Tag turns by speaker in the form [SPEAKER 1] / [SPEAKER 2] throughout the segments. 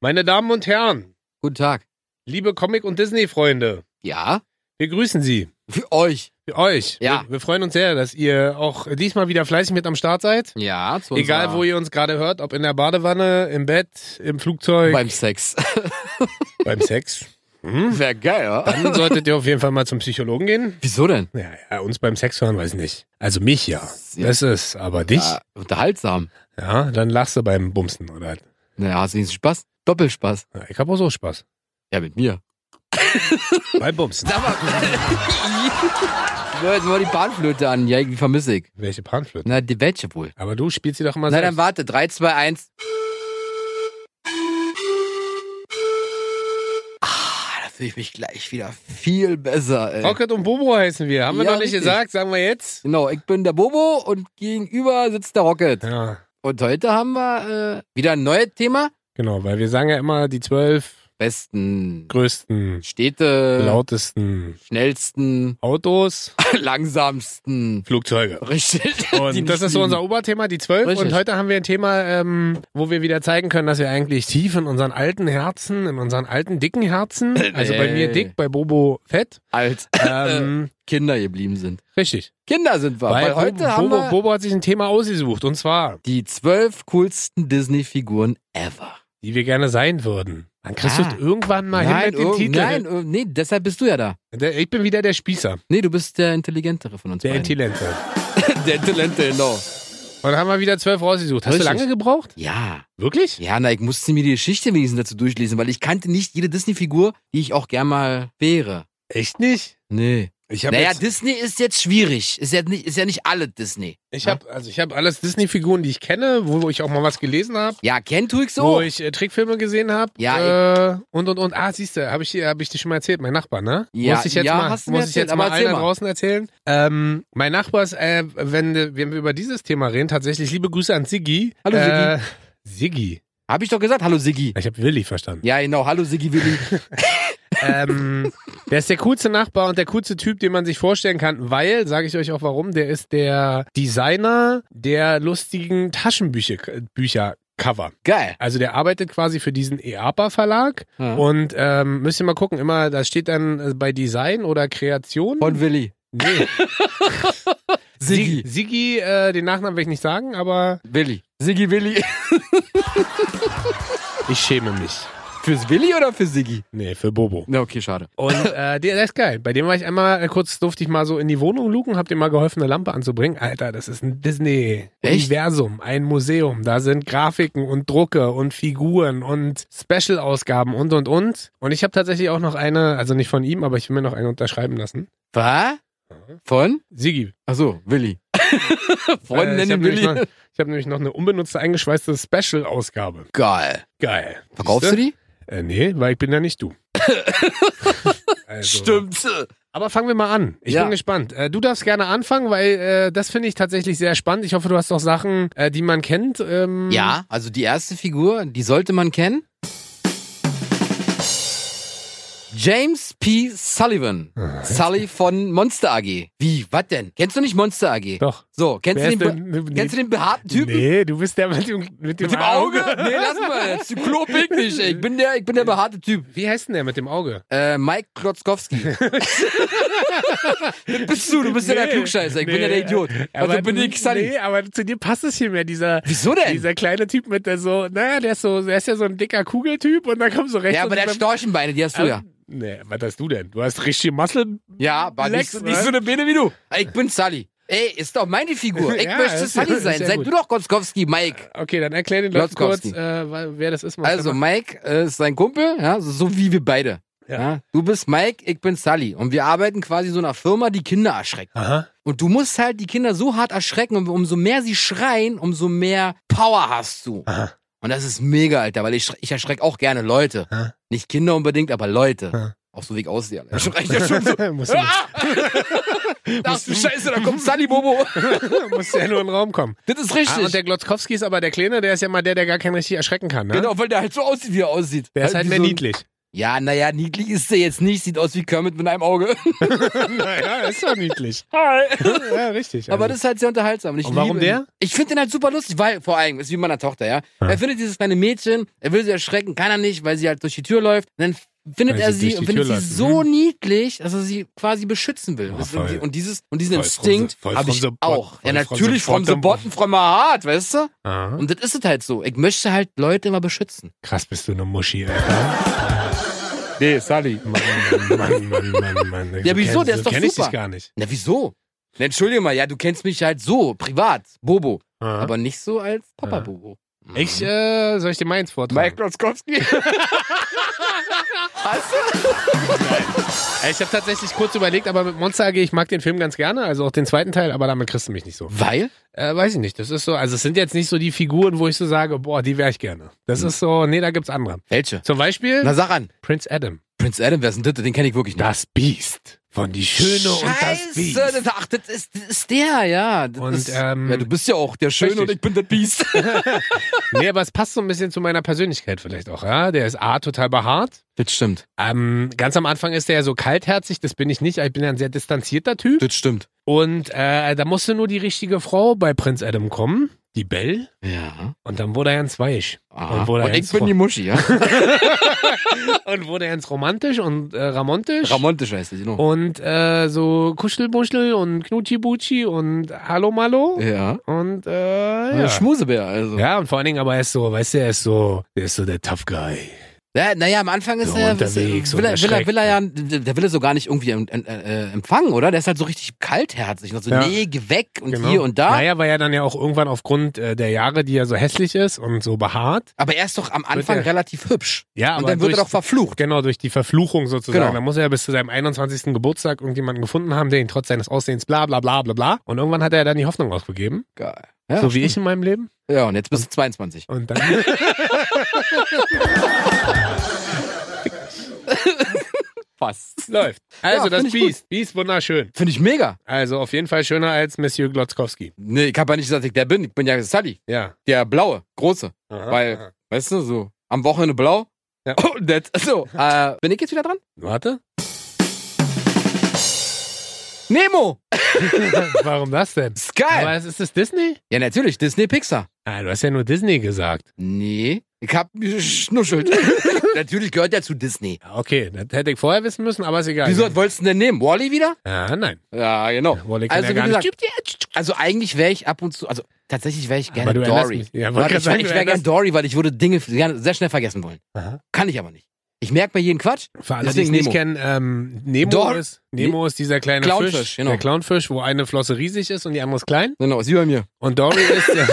[SPEAKER 1] Meine Damen und Herren,
[SPEAKER 2] Guten Tag.
[SPEAKER 1] liebe Comic- und Disney-Freunde,
[SPEAKER 2] Ja?
[SPEAKER 1] wir grüßen Sie.
[SPEAKER 2] Für euch.
[SPEAKER 1] Für euch.
[SPEAKER 2] Ja.
[SPEAKER 1] Wir, wir freuen uns sehr, dass ihr auch diesmal wieder fleißig mit am Start seid.
[SPEAKER 2] Ja, zu
[SPEAKER 1] Egal,
[SPEAKER 2] unserer-
[SPEAKER 1] wo ihr uns gerade hört, ob in der Badewanne, im Bett, im Flugzeug,
[SPEAKER 2] Beim Sex.
[SPEAKER 1] beim Sex. Hm?
[SPEAKER 2] Wäre geil, oder?
[SPEAKER 1] Dann solltet ihr auf jeden Fall mal zum Psychologen gehen.
[SPEAKER 2] Wieso denn?
[SPEAKER 1] Ja, ja, uns beim Sex hören, weiß nicht. Also mich ja.
[SPEAKER 2] Ja.
[SPEAKER 1] Das ist, aber dich,
[SPEAKER 2] Ja, unterhaltsam.
[SPEAKER 1] ja, dann lachst du beim Bumsen, oder?
[SPEAKER 2] Naja, hast du diesen Spaß? Doppelspaß.
[SPEAKER 1] Ja, ich hab auch so Spaß.
[SPEAKER 2] Ja, mit mir.
[SPEAKER 1] Beim Bumsen.
[SPEAKER 2] Sag mal. Hör jetzt mal die Bahnflöte an. Ja, irgendwie vermisse ich.
[SPEAKER 1] Welche Panflöte?
[SPEAKER 2] Na, die welche wohl?
[SPEAKER 1] Aber du spielst sie doch immer
[SPEAKER 2] Na,
[SPEAKER 1] selbst.
[SPEAKER 2] dann warte. 3, 2, 1. Ah, da fühle ich mich gleich wieder viel besser, ey.
[SPEAKER 1] Rocket und Bobo heißen wir. Haben wir
[SPEAKER 2] Ja,
[SPEAKER 1] noch nicht
[SPEAKER 2] richtig.
[SPEAKER 1] gesagt, sagen wir jetzt.
[SPEAKER 2] Genau, ich bin der Bobo und gegenüber sitzt der Rocket.
[SPEAKER 1] Ja,
[SPEAKER 2] Und heute haben wir äh, wieder ein neues Thema.
[SPEAKER 1] genau, weil wir sagen ja immer die zwölf
[SPEAKER 2] Besten
[SPEAKER 1] größten, Äh.
[SPEAKER 2] Städte,
[SPEAKER 1] lautesten
[SPEAKER 2] schnellsten,
[SPEAKER 1] Autos,
[SPEAKER 2] langsamsten.
[SPEAKER 1] Flugzeuge.
[SPEAKER 2] Richtig. die
[SPEAKER 1] Und das
[SPEAKER 2] nicht
[SPEAKER 1] ist so unser
[SPEAKER 2] fliegen.
[SPEAKER 1] Oberthema, die zwölf.
[SPEAKER 2] Richtig.
[SPEAKER 1] Und heute haben wir ein Thema, ähm, wo wir wieder zeigen können, dass wir eigentlich tief in unseren alten Herzen, in unseren alten dicken Herzen, also bei mir dick, bei Bobo fett,
[SPEAKER 2] Als
[SPEAKER 1] ähm,
[SPEAKER 2] Kinder geblieben sind.
[SPEAKER 1] richtig.
[SPEAKER 2] Kinder sind wir. Weil,
[SPEAKER 1] Weil
[SPEAKER 2] heute
[SPEAKER 1] Bobo,
[SPEAKER 2] haben
[SPEAKER 1] Bobo,
[SPEAKER 2] wir
[SPEAKER 1] Bobo hat sich ein Thema ausgesucht und zwar,
[SPEAKER 2] die zwölf coolsten Disney-Figuren ever.
[SPEAKER 1] die wir gerne sein würden. Dann kriegst
[SPEAKER 2] Ah.
[SPEAKER 1] du irgendwann mal hin mit dem
[SPEAKER 2] irgend-
[SPEAKER 1] Titel.
[SPEAKER 2] nein, ir- nee, deshalb bist du ja da.
[SPEAKER 1] Der- Ich bin wieder der Spießer,
[SPEAKER 2] Nee, du bist der intelligentere von uns
[SPEAKER 1] der
[SPEAKER 2] beiden.
[SPEAKER 1] Intelligente.
[SPEAKER 2] der Intelligente, genau.
[SPEAKER 1] Und dann haben wir wieder zwölf rausgesucht. Hast
[SPEAKER 2] Richtig.
[SPEAKER 1] du lange gebraucht?
[SPEAKER 2] Ja.
[SPEAKER 1] Wirklich?
[SPEAKER 2] Ja, na, ich musste mir die Geschichte wenigstens dazu durchlesen, weil ich kannte nicht jede Disney-Figur, die ich auch gern mal wäre.
[SPEAKER 1] Echt nicht?
[SPEAKER 2] Nee.
[SPEAKER 1] Ich habe
[SPEAKER 2] Naja,
[SPEAKER 1] naja,
[SPEAKER 2] Disney ist jetzt schwierig. Ist ja nicht, ist ja nicht alle Disney.
[SPEAKER 1] ich hab, also ich habe alles Disney-Figuren, die ich kenne, wo ich auch mal was gelesen habe,
[SPEAKER 2] Ja, kennt du ich
[SPEAKER 1] wo
[SPEAKER 2] so?
[SPEAKER 1] ich äh, Trickfilme gesehen habe.
[SPEAKER 2] Ja,
[SPEAKER 1] äh, und und und. Ah, siehst du, habe ich dir, habe ich dir schon mal erzählt, mein Nachbar, ne?
[SPEAKER 2] Ja,
[SPEAKER 1] muss ich jetzt
[SPEAKER 2] ja,
[SPEAKER 1] mal,
[SPEAKER 2] hast du mir
[SPEAKER 1] muss ich
[SPEAKER 2] erzählt,
[SPEAKER 1] jetzt mal
[SPEAKER 2] aber erzähl
[SPEAKER 1] einer
[SPEAKER 2] mal.
[SPEAKER 1] draußen erzählen. Ähm, mein Nachbar ist, äh, wenn, äh, wenn wir über dieses Thema reden, tatsächlich liebe Grüße an Siggi.
[SPEAKER 2] Hallo,
[SPEAKER 1] äh, Siggi.
[SPEAKER 2] Hab ich doch gesagt, hallo Siggi.
[SPEAKER 1] Ich habe Willi verstanden.
[SPEAKER 2] Ja, genau, hallo Siggi Willi.
[SPEAKER 1] ähm, der ist der coolste Nachbar und der coolste Typ, den man sich vorstellen kann, weil, sage ich euch auch warum, der ist der Designer der lustigen Taschenbücher. Bücher. Cover.
[SPEAKER 2] Geil.
[SPEAKER 1] Also der arbeitet quasi für diesen E EAPA Verlag
[SPEAKER 2] Ja.
[SPEAKER 1] und ähm, müsst ihr mal gucken, immer, da steht dann äh, bei Design oder Kreation.
[SPEAKER 2] Von Willi.
[SPEAKER 1] nee. Siggi,
[SPEAKER 2] Siggi.
[SPEAKER 1] Siggi äh, den Nachnamen will ich nicht sagen, aber
[SPEAKER 2] Willi. Siggi Willi.
[SPEAKER 1] ich schäme mich.
[SPEAKER 2] Fürs Willi oder für Siggi?
[SPEAKER 1] Nee, für Bobo.
[SPEAKER 2] Na, okay, schade.
[SPEAKER 1] Und äh, der, der ist geil. Bei dem war ich einmal äh, kurz, durfte ich mal so in die Wohnung luken, hab dem mal geholfen, eine Lampe anzubringen. Alter, das ist ein Disney-Universum, ein Museum. Da sind Grafiken und Drucke und Figuren und Special-Ausgaben und und und. Und ich habe tatsächlich auch noch eine, also nicht von ihm, aber ich will mir noch eine unterschreiben lassen.
[SPEAKER 2] Was? Von?
[SPEAKER 1] Sigi.
[SPEAKER 2] Ach so, Willi. Von
[SPEAKER 1] Äh, ich habe
[SPEAKER 2] nennen
[SPEAKER 1] nämlich,
[SPEAKER 2] Willi.
[SPEAKER 1] noch- ich hab nämlich noch eine unbenutzte, eingeschweißte Special-Ausgabe.
[SPEAKER 2] Geil.
[SPEAKER 1] Geil.
[SPEAKER 2] Verkaufst
[SPEAKER 1] Siehste?
[SPEAKER 2] du die?
[SPEAKER 1] Äh, nee, weil ich bin ja nicht du. Also-
[SPEAKER 2] Stimmt.
[SPEAKER 1] Aber fangen wir mal an. Ich
[SPEAKER 2] Ja.
[SPEAKER 1] bin gespannt. Äh, du darfst gerne anfangen, weil äh, das finde ich tatsächlich sehr spannend. Ich hoffe, du hast noch Sachen, äh, die man kennt. Ähm,
[SPEAKER 2] Ja, also die erste Figur, die sollte man kennen. James P. Sullivan.
[SPEAKER 1] Mhm.
[SPEAKER 2] Sully von Monster AG. Wie? Was denn? Kennst du nicht Monster AG?
[SPEAKER 1] Doch.
[SPEAKER 2] So, kennst
[SPEAKER 1] Wer
[SPEAKER 2] du
[SPEAKER 1] ist
[SPEAKER 2] den,
[SPEAKER 1] denn-
[SPEAKER 2] Be-
[SPEAKER 1] nee.
[SPEAKER 2] kennst du den behaarten Typen?
[SPEAKER 1] Nee, du bist der mit dem, mit dem,
[SPEAKER 2] Mit dem Auge? Nee, lass mal. jetzt. Du Klo pick nicht, ey. Ich bin der, ich bin der behaarte Typ.
[SPEAKER 1] Wie heißt denn der mit dem Auge?
[SPEAKER 2] Äh, Mike Klotzkowski. das bist du, du bist ja der
[SPEAKER 1] Nee,
[SPEAKER 2] Klugscheißer. Ich bin ja
[SPEAKER 1] nee,
[SPEAKER 2] der Idiot. Also
[SPEAKER 1] aber-
[SPEAKER 2] bin ich Sully.
[SPEAKER 1] Nee, aber zu dir passt es hier mehr, dieser,
[SPEAKER 2] Wieso denn?
[SPEAKER 1] dieser kleine Typ mit der so, naja, der ist so, der ist ja so ein dicker Kugeltyp und dann kommt so rechts.
[SPEAKER 2] ja,
[SPEAKER 1] und
[SPEAKER 2] aber der hat
[SPEAKER 1] beim-
[SPEAKER 2] Storchenbeine, die hast du ja.
[SPEAKER 1] Nee, was hast du denn? Du hast richtig Muscle.
[SPEAKER 2] Ja, aber
[SPEAKER 1] Lex,
[SPEAKER 2] nicht, so- nicht
[SPEAKER 1] ne?
[SPEAKER 2] so eine Bene wie du. Ich bin Sully. Ey, ist doch meine Figur. Ich
[SPEAKER 1] Ja,
[SPEAKER 2] möchte
[SPEAKER 1] ist-
[SPEAKER 2] Sully
[SPEAKER 1] ist
[SPEAKER 2] sein.
[SPEAKER 1] sehr
[SPEAKER 2] Seid
[SPEAKER 1] gut.
[SPEAKER 2] du doch Gotzkowski, Mike.
[SPEAKER 1] Okay, dann erklär den Leuten kurz,
[SPEAKER 2] Klotzkowski.
[SPEAKER 1] äh, wa- wer das ist. was
[SPEAKER 2] Also,
[SPEAKER 1] der macht.
[SPEAKER 2] Mike äh, ist sein Kumpel, ja, so, so wie wir beide.
[SPEAKER 1] Ja.
[SPEAKER 2] Ja. du bist Mike, ich bin Sully. Und wir arbeiten quasi so einer Firma, die Kinder erschreckt.
[SPEAKER 1] Aha.
[SPEAKER 2] Und du musst halt die Kinder so hart erschrecken und umso mehr sie schreien, umso mehr Power hast du.
[SPEAKER 1] Aha.
[SPEAKER 2] Und das ist mega, Alter, weil ich, schre- ich erschrecke auch gerne Leute.
[SPEAKER 1] Ja.
[SPEAKER 2] Nicht Kinder unbedingt, aber Leute.
[SPEAKER 1] Ja.
[SPEAKER 2] Auch so wie ich aussehe. Alter. Ich schreie ja schon so.
[SPEAKER 1] Muss ja
[SPEAKER 2] Ah! Ach du Scheiße, da kommt Sully Bobo.
[SPEAKER 1] nur- muss ja nur in den Raum kommen.
[SPEAKER 2] Das ist
[SPEAKER 1] Ah,
[SPEAKER 2] richtig.
[SPEAKER 1] und der Glotzkowski ist aber der Kleine, der ist ja mal der, der gar keinen richtig erschrecken kann, ne?
[SPEAKER 2] genau, weil der halt so aussieht, wie er aussieht.
[SPEAKER 1] Der ist halt
[SPEAKER 2] wie
[SPEAKER 1] mehr
[SPEAKER 2] so ein-
[SPEAKER 1] niedlich.
[SPEAKER 2] Ja, naja, niedlich ist er jetzt nicht. Sieht aus wie Kermit mit einem Auge.
[SPEAKER 1] naja, ist doch niedlich.
[SPEAKER 2] Hi.
[SPEAKER 1] Ja, richtig.
[SPEAKER 2] Aber
[SPEAKER 1] also.
[SPEAKER 2] das ist halt sehr unterhaltsam. Und, ich
[SPEAKER 1] Und warum
[SPEAKER 2] liebe ihn.
[SPEAKER 1] der?
[SPEAKER 2] Ich finde den halt super lustig, weil vor allem ist wie meiner Tochter, ja. Er findet dieses kleine Mädchen, er will sie erschrecken, kann er nicht, weil sie halt durch die Tür läuft. Und dann findet
[SPEAKER 1] Weil
[SPEAKER 2] er
[SPEAKER 1] sie
[SPEAKER 2] sie
[SPEAKER 1] durch
[SPEAKER 2] und
[SPEAKER 1] die
[SPEAKER 2] findet
[SPEAKER 1] Tür
[SPEAKER 2] sie
[SPEAKER 1] läuft,
[SPEAKER 2] so
[SPEAKER 1] mhm.
[SPEAKER 2] niedlich, dass er sie quasi beschützen will.
[SPEAKER 1] Oh,
[SPEAKER 2] Das-
[SPEAKER 1] voll.
[SPEAKER 2] und dieses und diesen
[SPEAKER 1] Voll
[SPEAKER 2] Instinkt
[SPEAKER 1] from the- voll
[SPEAKER 2] habe
[SPEAKER 1] from
[SPEAKER 2] ich
[SPEAKER 1] the bot-
[SPEAKER 2] auch. Ja,
[SPEAKER 1] voll from
[SPEAKER 2] natürlich
[SPEAKER 1] the
[SPEAKER 2] from the
[SPEAKER 1] bottom
[SPEAKER 2] bottom from my heart, weißt du?
[SPEAKER 1] Aha.
[SPEAKER 2] Und das ist es halt so. Ich möchte halt Leute immer beschützen.
[SPEAKER 1] Ah. Krass bist du eine Muschi, Alter.
[SPEAKER 2] Nee, Sally.
[SPEAKER 1] Mann, Mann, Mann, Mann, Mann, Mann.
[SPEAKER 2] Ja, wieso? Der ist doch
[SPEAKER 1] kenn ich
[SPEAKER 2] super.
[SPEAKER 1] dich gar nicht.
[SPEAKER 2] Na, wieso? Na, entschuldige mal, ja, du kennst mich halt so, privat, Bobo.
[SPEAKER 1] Aha.
[SPEAKER 2] Aber nicht so als Papa
[SPEAKER 1] Ja.
[SPEAKER 2] Bobo. Mhm.
[SPEAKER 1] Ah. ich, äh, soll ich dir meins vortragen?
[SPEAKER 2] Klotzkowski. Hast du?
[SPEAKER 1] Äh, Ich habe tatsächlich kurz überlegt, aber mit Monster AG, ich mag den Film ganz gerne, also auch den zweiten Teil, aber damit kriegst du mich nicht so.
[SPEAKER 2] Weil?
[SPEAKER 1] Äh, weiß ich nicht, das ist so, also es sind jetzt nicht so die Figuren, wo ich so sage, boah, die wäre ich gerne. Das ist so, nee, da gibt's andere.
[SPEAKER 2] Welche?
[SPEAKER 1] Zum Beispiel
[SPEAKER 2] Na sag an.
[SPEAKER 1] Prince Adam.
[SPEAKER 2] Prinz Adam, wer ist denn das? Den kenne ich wirklich nicht.
[SPEAKER 1] Das Biest. Von die Schöne und das Biest.
[SPEAKER 2] Scheiße, das, ach, das ist, das ist der, ja. Das
[SPEAKER 1] Und,
[SPEAKER 2] ist,
[SPEAKER 1] ähm,
[SPEAKER 2] ja. Du bist ja auch der Schöne
[SPEAKER 1] richtig.
[SPEAKER 2] und ich bin das Biest.
[SPEAKER 1] Nee, aber es passt so ein bisschen zu meiner Persönlichkeit vielleicht auch, ja. Der ist A, total behaart.
[SPEAKER 2] Das stimmt.
[SPEAKER 1] Ähm, ganz am Anfang ist der ja so kaltherzig, das bin ich nicht. Ich bin ja ein sehr distanzierter Typ.
[SPEAKER 2] Das stimmt.
[SPEAKER 1] Und äh, da musste nur die richtige Frau bei Prinz Adam kommen, die Belle.
[SPEAKER 2] Ja.
[SPEAKER 1] Und dann wurde er ganz weich.
[SPEAKER 2] Aha.
[SPEAKER 1] Und wo der
[SPEAKER 2] und ich
[SPEAKER 1] Jens
[SPEAKER 2] bin die Muschi, ja.
[SPEAKER 1] Und wurde er ganz romantisch und äh, ramontisch.
[SPEAKER 2] Ramonte scheiße, genau.
[SPEAKER 1] und äh, so Kuschelbuschel und Knutschi-Butschi und Hallo Malo.
[SPEAKER 2] ja.
[SPEAKER 1] Und äh,
[SPEAKER 2] ja.
[SPEAKER 1] ja.
[SPEAKER 2] Schmusebär, also.
[SPEAKER 1] Ja, und vor allen Dingen, aber er ist so, weißt du, er ist so, er ist so der Tough Guy.
[SPEAKER 2] Ja, naja, am Anfang ist
[SPEAKER 1] So
[SPEAKER 2] er,
[SPEAKER 1] unterwegs
[SPEAKER 2] will, er,
[SPEAKER 1] und
[SPEAKER 2] will, er,
[SPEAKER 1] erschreckt.
[SPEAKER 2] will er ja, der will er so gar nicht irgendwie em- em- äh, empfangen, oder? Der ist halt so richtig kaltherzig. Und so,
[SPEAKER 1] Ja.
[SPEAKER 2] nee, geh weg und Genau. hier und da.
[SPEAKER 1] Naja, weil er dann ja auch irgendwann aufgrund äh, der Jahre, die er so hässlich ist und so behaart.
[SPEAKER 2] Aber er ist doch am Anfang
[SPEAKER 1] er-
[SPEAKER 2] relativ hübsch.
[SPEAKER 1] Ja,
[SPEAKER 2] und
[SPEAKER 1] aber
[SPEAKER 2] dann wird er
[SPEAKER 1] durch-
[SPEAKER 2] doch verflucht.
[SPEAKER 1] Genau, durch die Verfluchung sozusagen.
[SPEAKER 2] Genau.
[SPEAKER 1] Da muss er ja bis zu seinem 21. Geburtstag irgendjemanden gefunden haben, der ihn trotz seines Aussehens bla bla bla bla bla. Und irgendwann hat er dann die Hoffnung aufgegeben.
[SPEAKER 2] Geil. Ja,
[SPEAKER 1] so wie ich in meinem Leben.
[SPEAKER 2] Ja, und jetzt bist du 22.
[SPEAKER 1] Und dann.
[SPEAKER 2] Fast.
[SPEAKER 1] Läuft. Also
[SPEAKER 2] Ja,
[SPEAKER 1] das
[SPEAKER 2] find ich gut.
[SPEAKER 1] Biest. Biest wunderschön.
[SPEAKER 2] Finde ich mega.
[SPEAKER 1] Also auf jeden Fall schöner als Monsieur Glotzkowski.
[SPEAKER 2] Nee, ich habe ja nicht gesagt, ich der bin. Ich bin ja Sully.
[SPEAKER 1] Ja.
[SPEAKER 2] Der blaue, große.
[SPEAKER 1] Aha.
[SPEAKER 2] Weil- Weißt du, so. Am Wochenende blau.
[SPEAKER 1] Ja.
[SPEAKER 2] Oh, nett. So, äh, bin ich jetzt wieder dran?
[SPEAKER 1] Warte.
[SPEAKER 2] Nemo!
[SPEAKER 1] Warum das denn?
[SPEAKER 2] Ist geil.
[SPEAKER 1] Aber es ist das Disney?
[SPEAKER 2] ja, natürlich. Disney Pixar.
[SPEAKER 1] Ah, du hast ja nur Disney gesagt.
[SPEAKER 2] Nee, ich hab geschnuschelt. Natürlich gehört er zu Disney.
[SPEAKER 1] Ja, Okay, das hätte ich vorher wissen müssen, aber ist egal.
[SPEAKER 2] Wieso was wolltest du denn nehmen? Wally wieder?
[SPEAKER 1] Ah, nein.
[SPEAKER 2] Ja, genau.
[SPEAKER 1] Wolle kann
[SPEAKER 2] Also,
[SPEAKER 1] genau. ja
[SPEAKER 2] wie
[SPEAKER 1] gar
[SPEAKER 2] gesagt,
[SPEAKER 1] nicht.
[SPEAKER 2] also eigentlich wäre ich ab und zu, also tatsächlich wäre ich gerne
[SPEAKER 1] Aber du erinnerst
[SPEAKER 2] Dory.
[SPEAKER 1] mich. Ja, wollte
[SPEAKER 2] Warte,
[SPEAKER 1] gerade
[SPEAKER 2] ich wär-
[SPEAKER 1] sagen,
[SPEAKER 2] ich
[SPEAKER 1] du
[SPEAKER 2] wäre gerne
[SPEAKER 1] erinnerst-
[SPEAKER 2] Dory, weil ich würde Dinge gerne sehr schnell vergessen wollen.
[SPEAKER 1] Aha.
[SPEAKER 2] Kann ich aber nicht. Ich merke bei jedem Quatsch.
[SPEAKER 1] Für alle, die es
[SPEAKER 2] Deswegen
[SPEAKER 1] nicht
[SPEAKER 2] Nemo.
[SPEAKER 1] kennen, ähm, Nemo,
[SPEAKER 2] Dor-
[SPEAKER 1] ist, Nemo ist dieser kleine
[SPEAKER 2] Clownfisch,
[SPEAKER 1] Fisch,
[SPEAKER 2] genau.
[SPEAKER 1] der Clownfisch, wo eine Flosse riesig ist und die andere ist klein.
[SPEAKER 2] Genau, ist wie bei mir.
[SPEAKER 1] Und Dory ist der...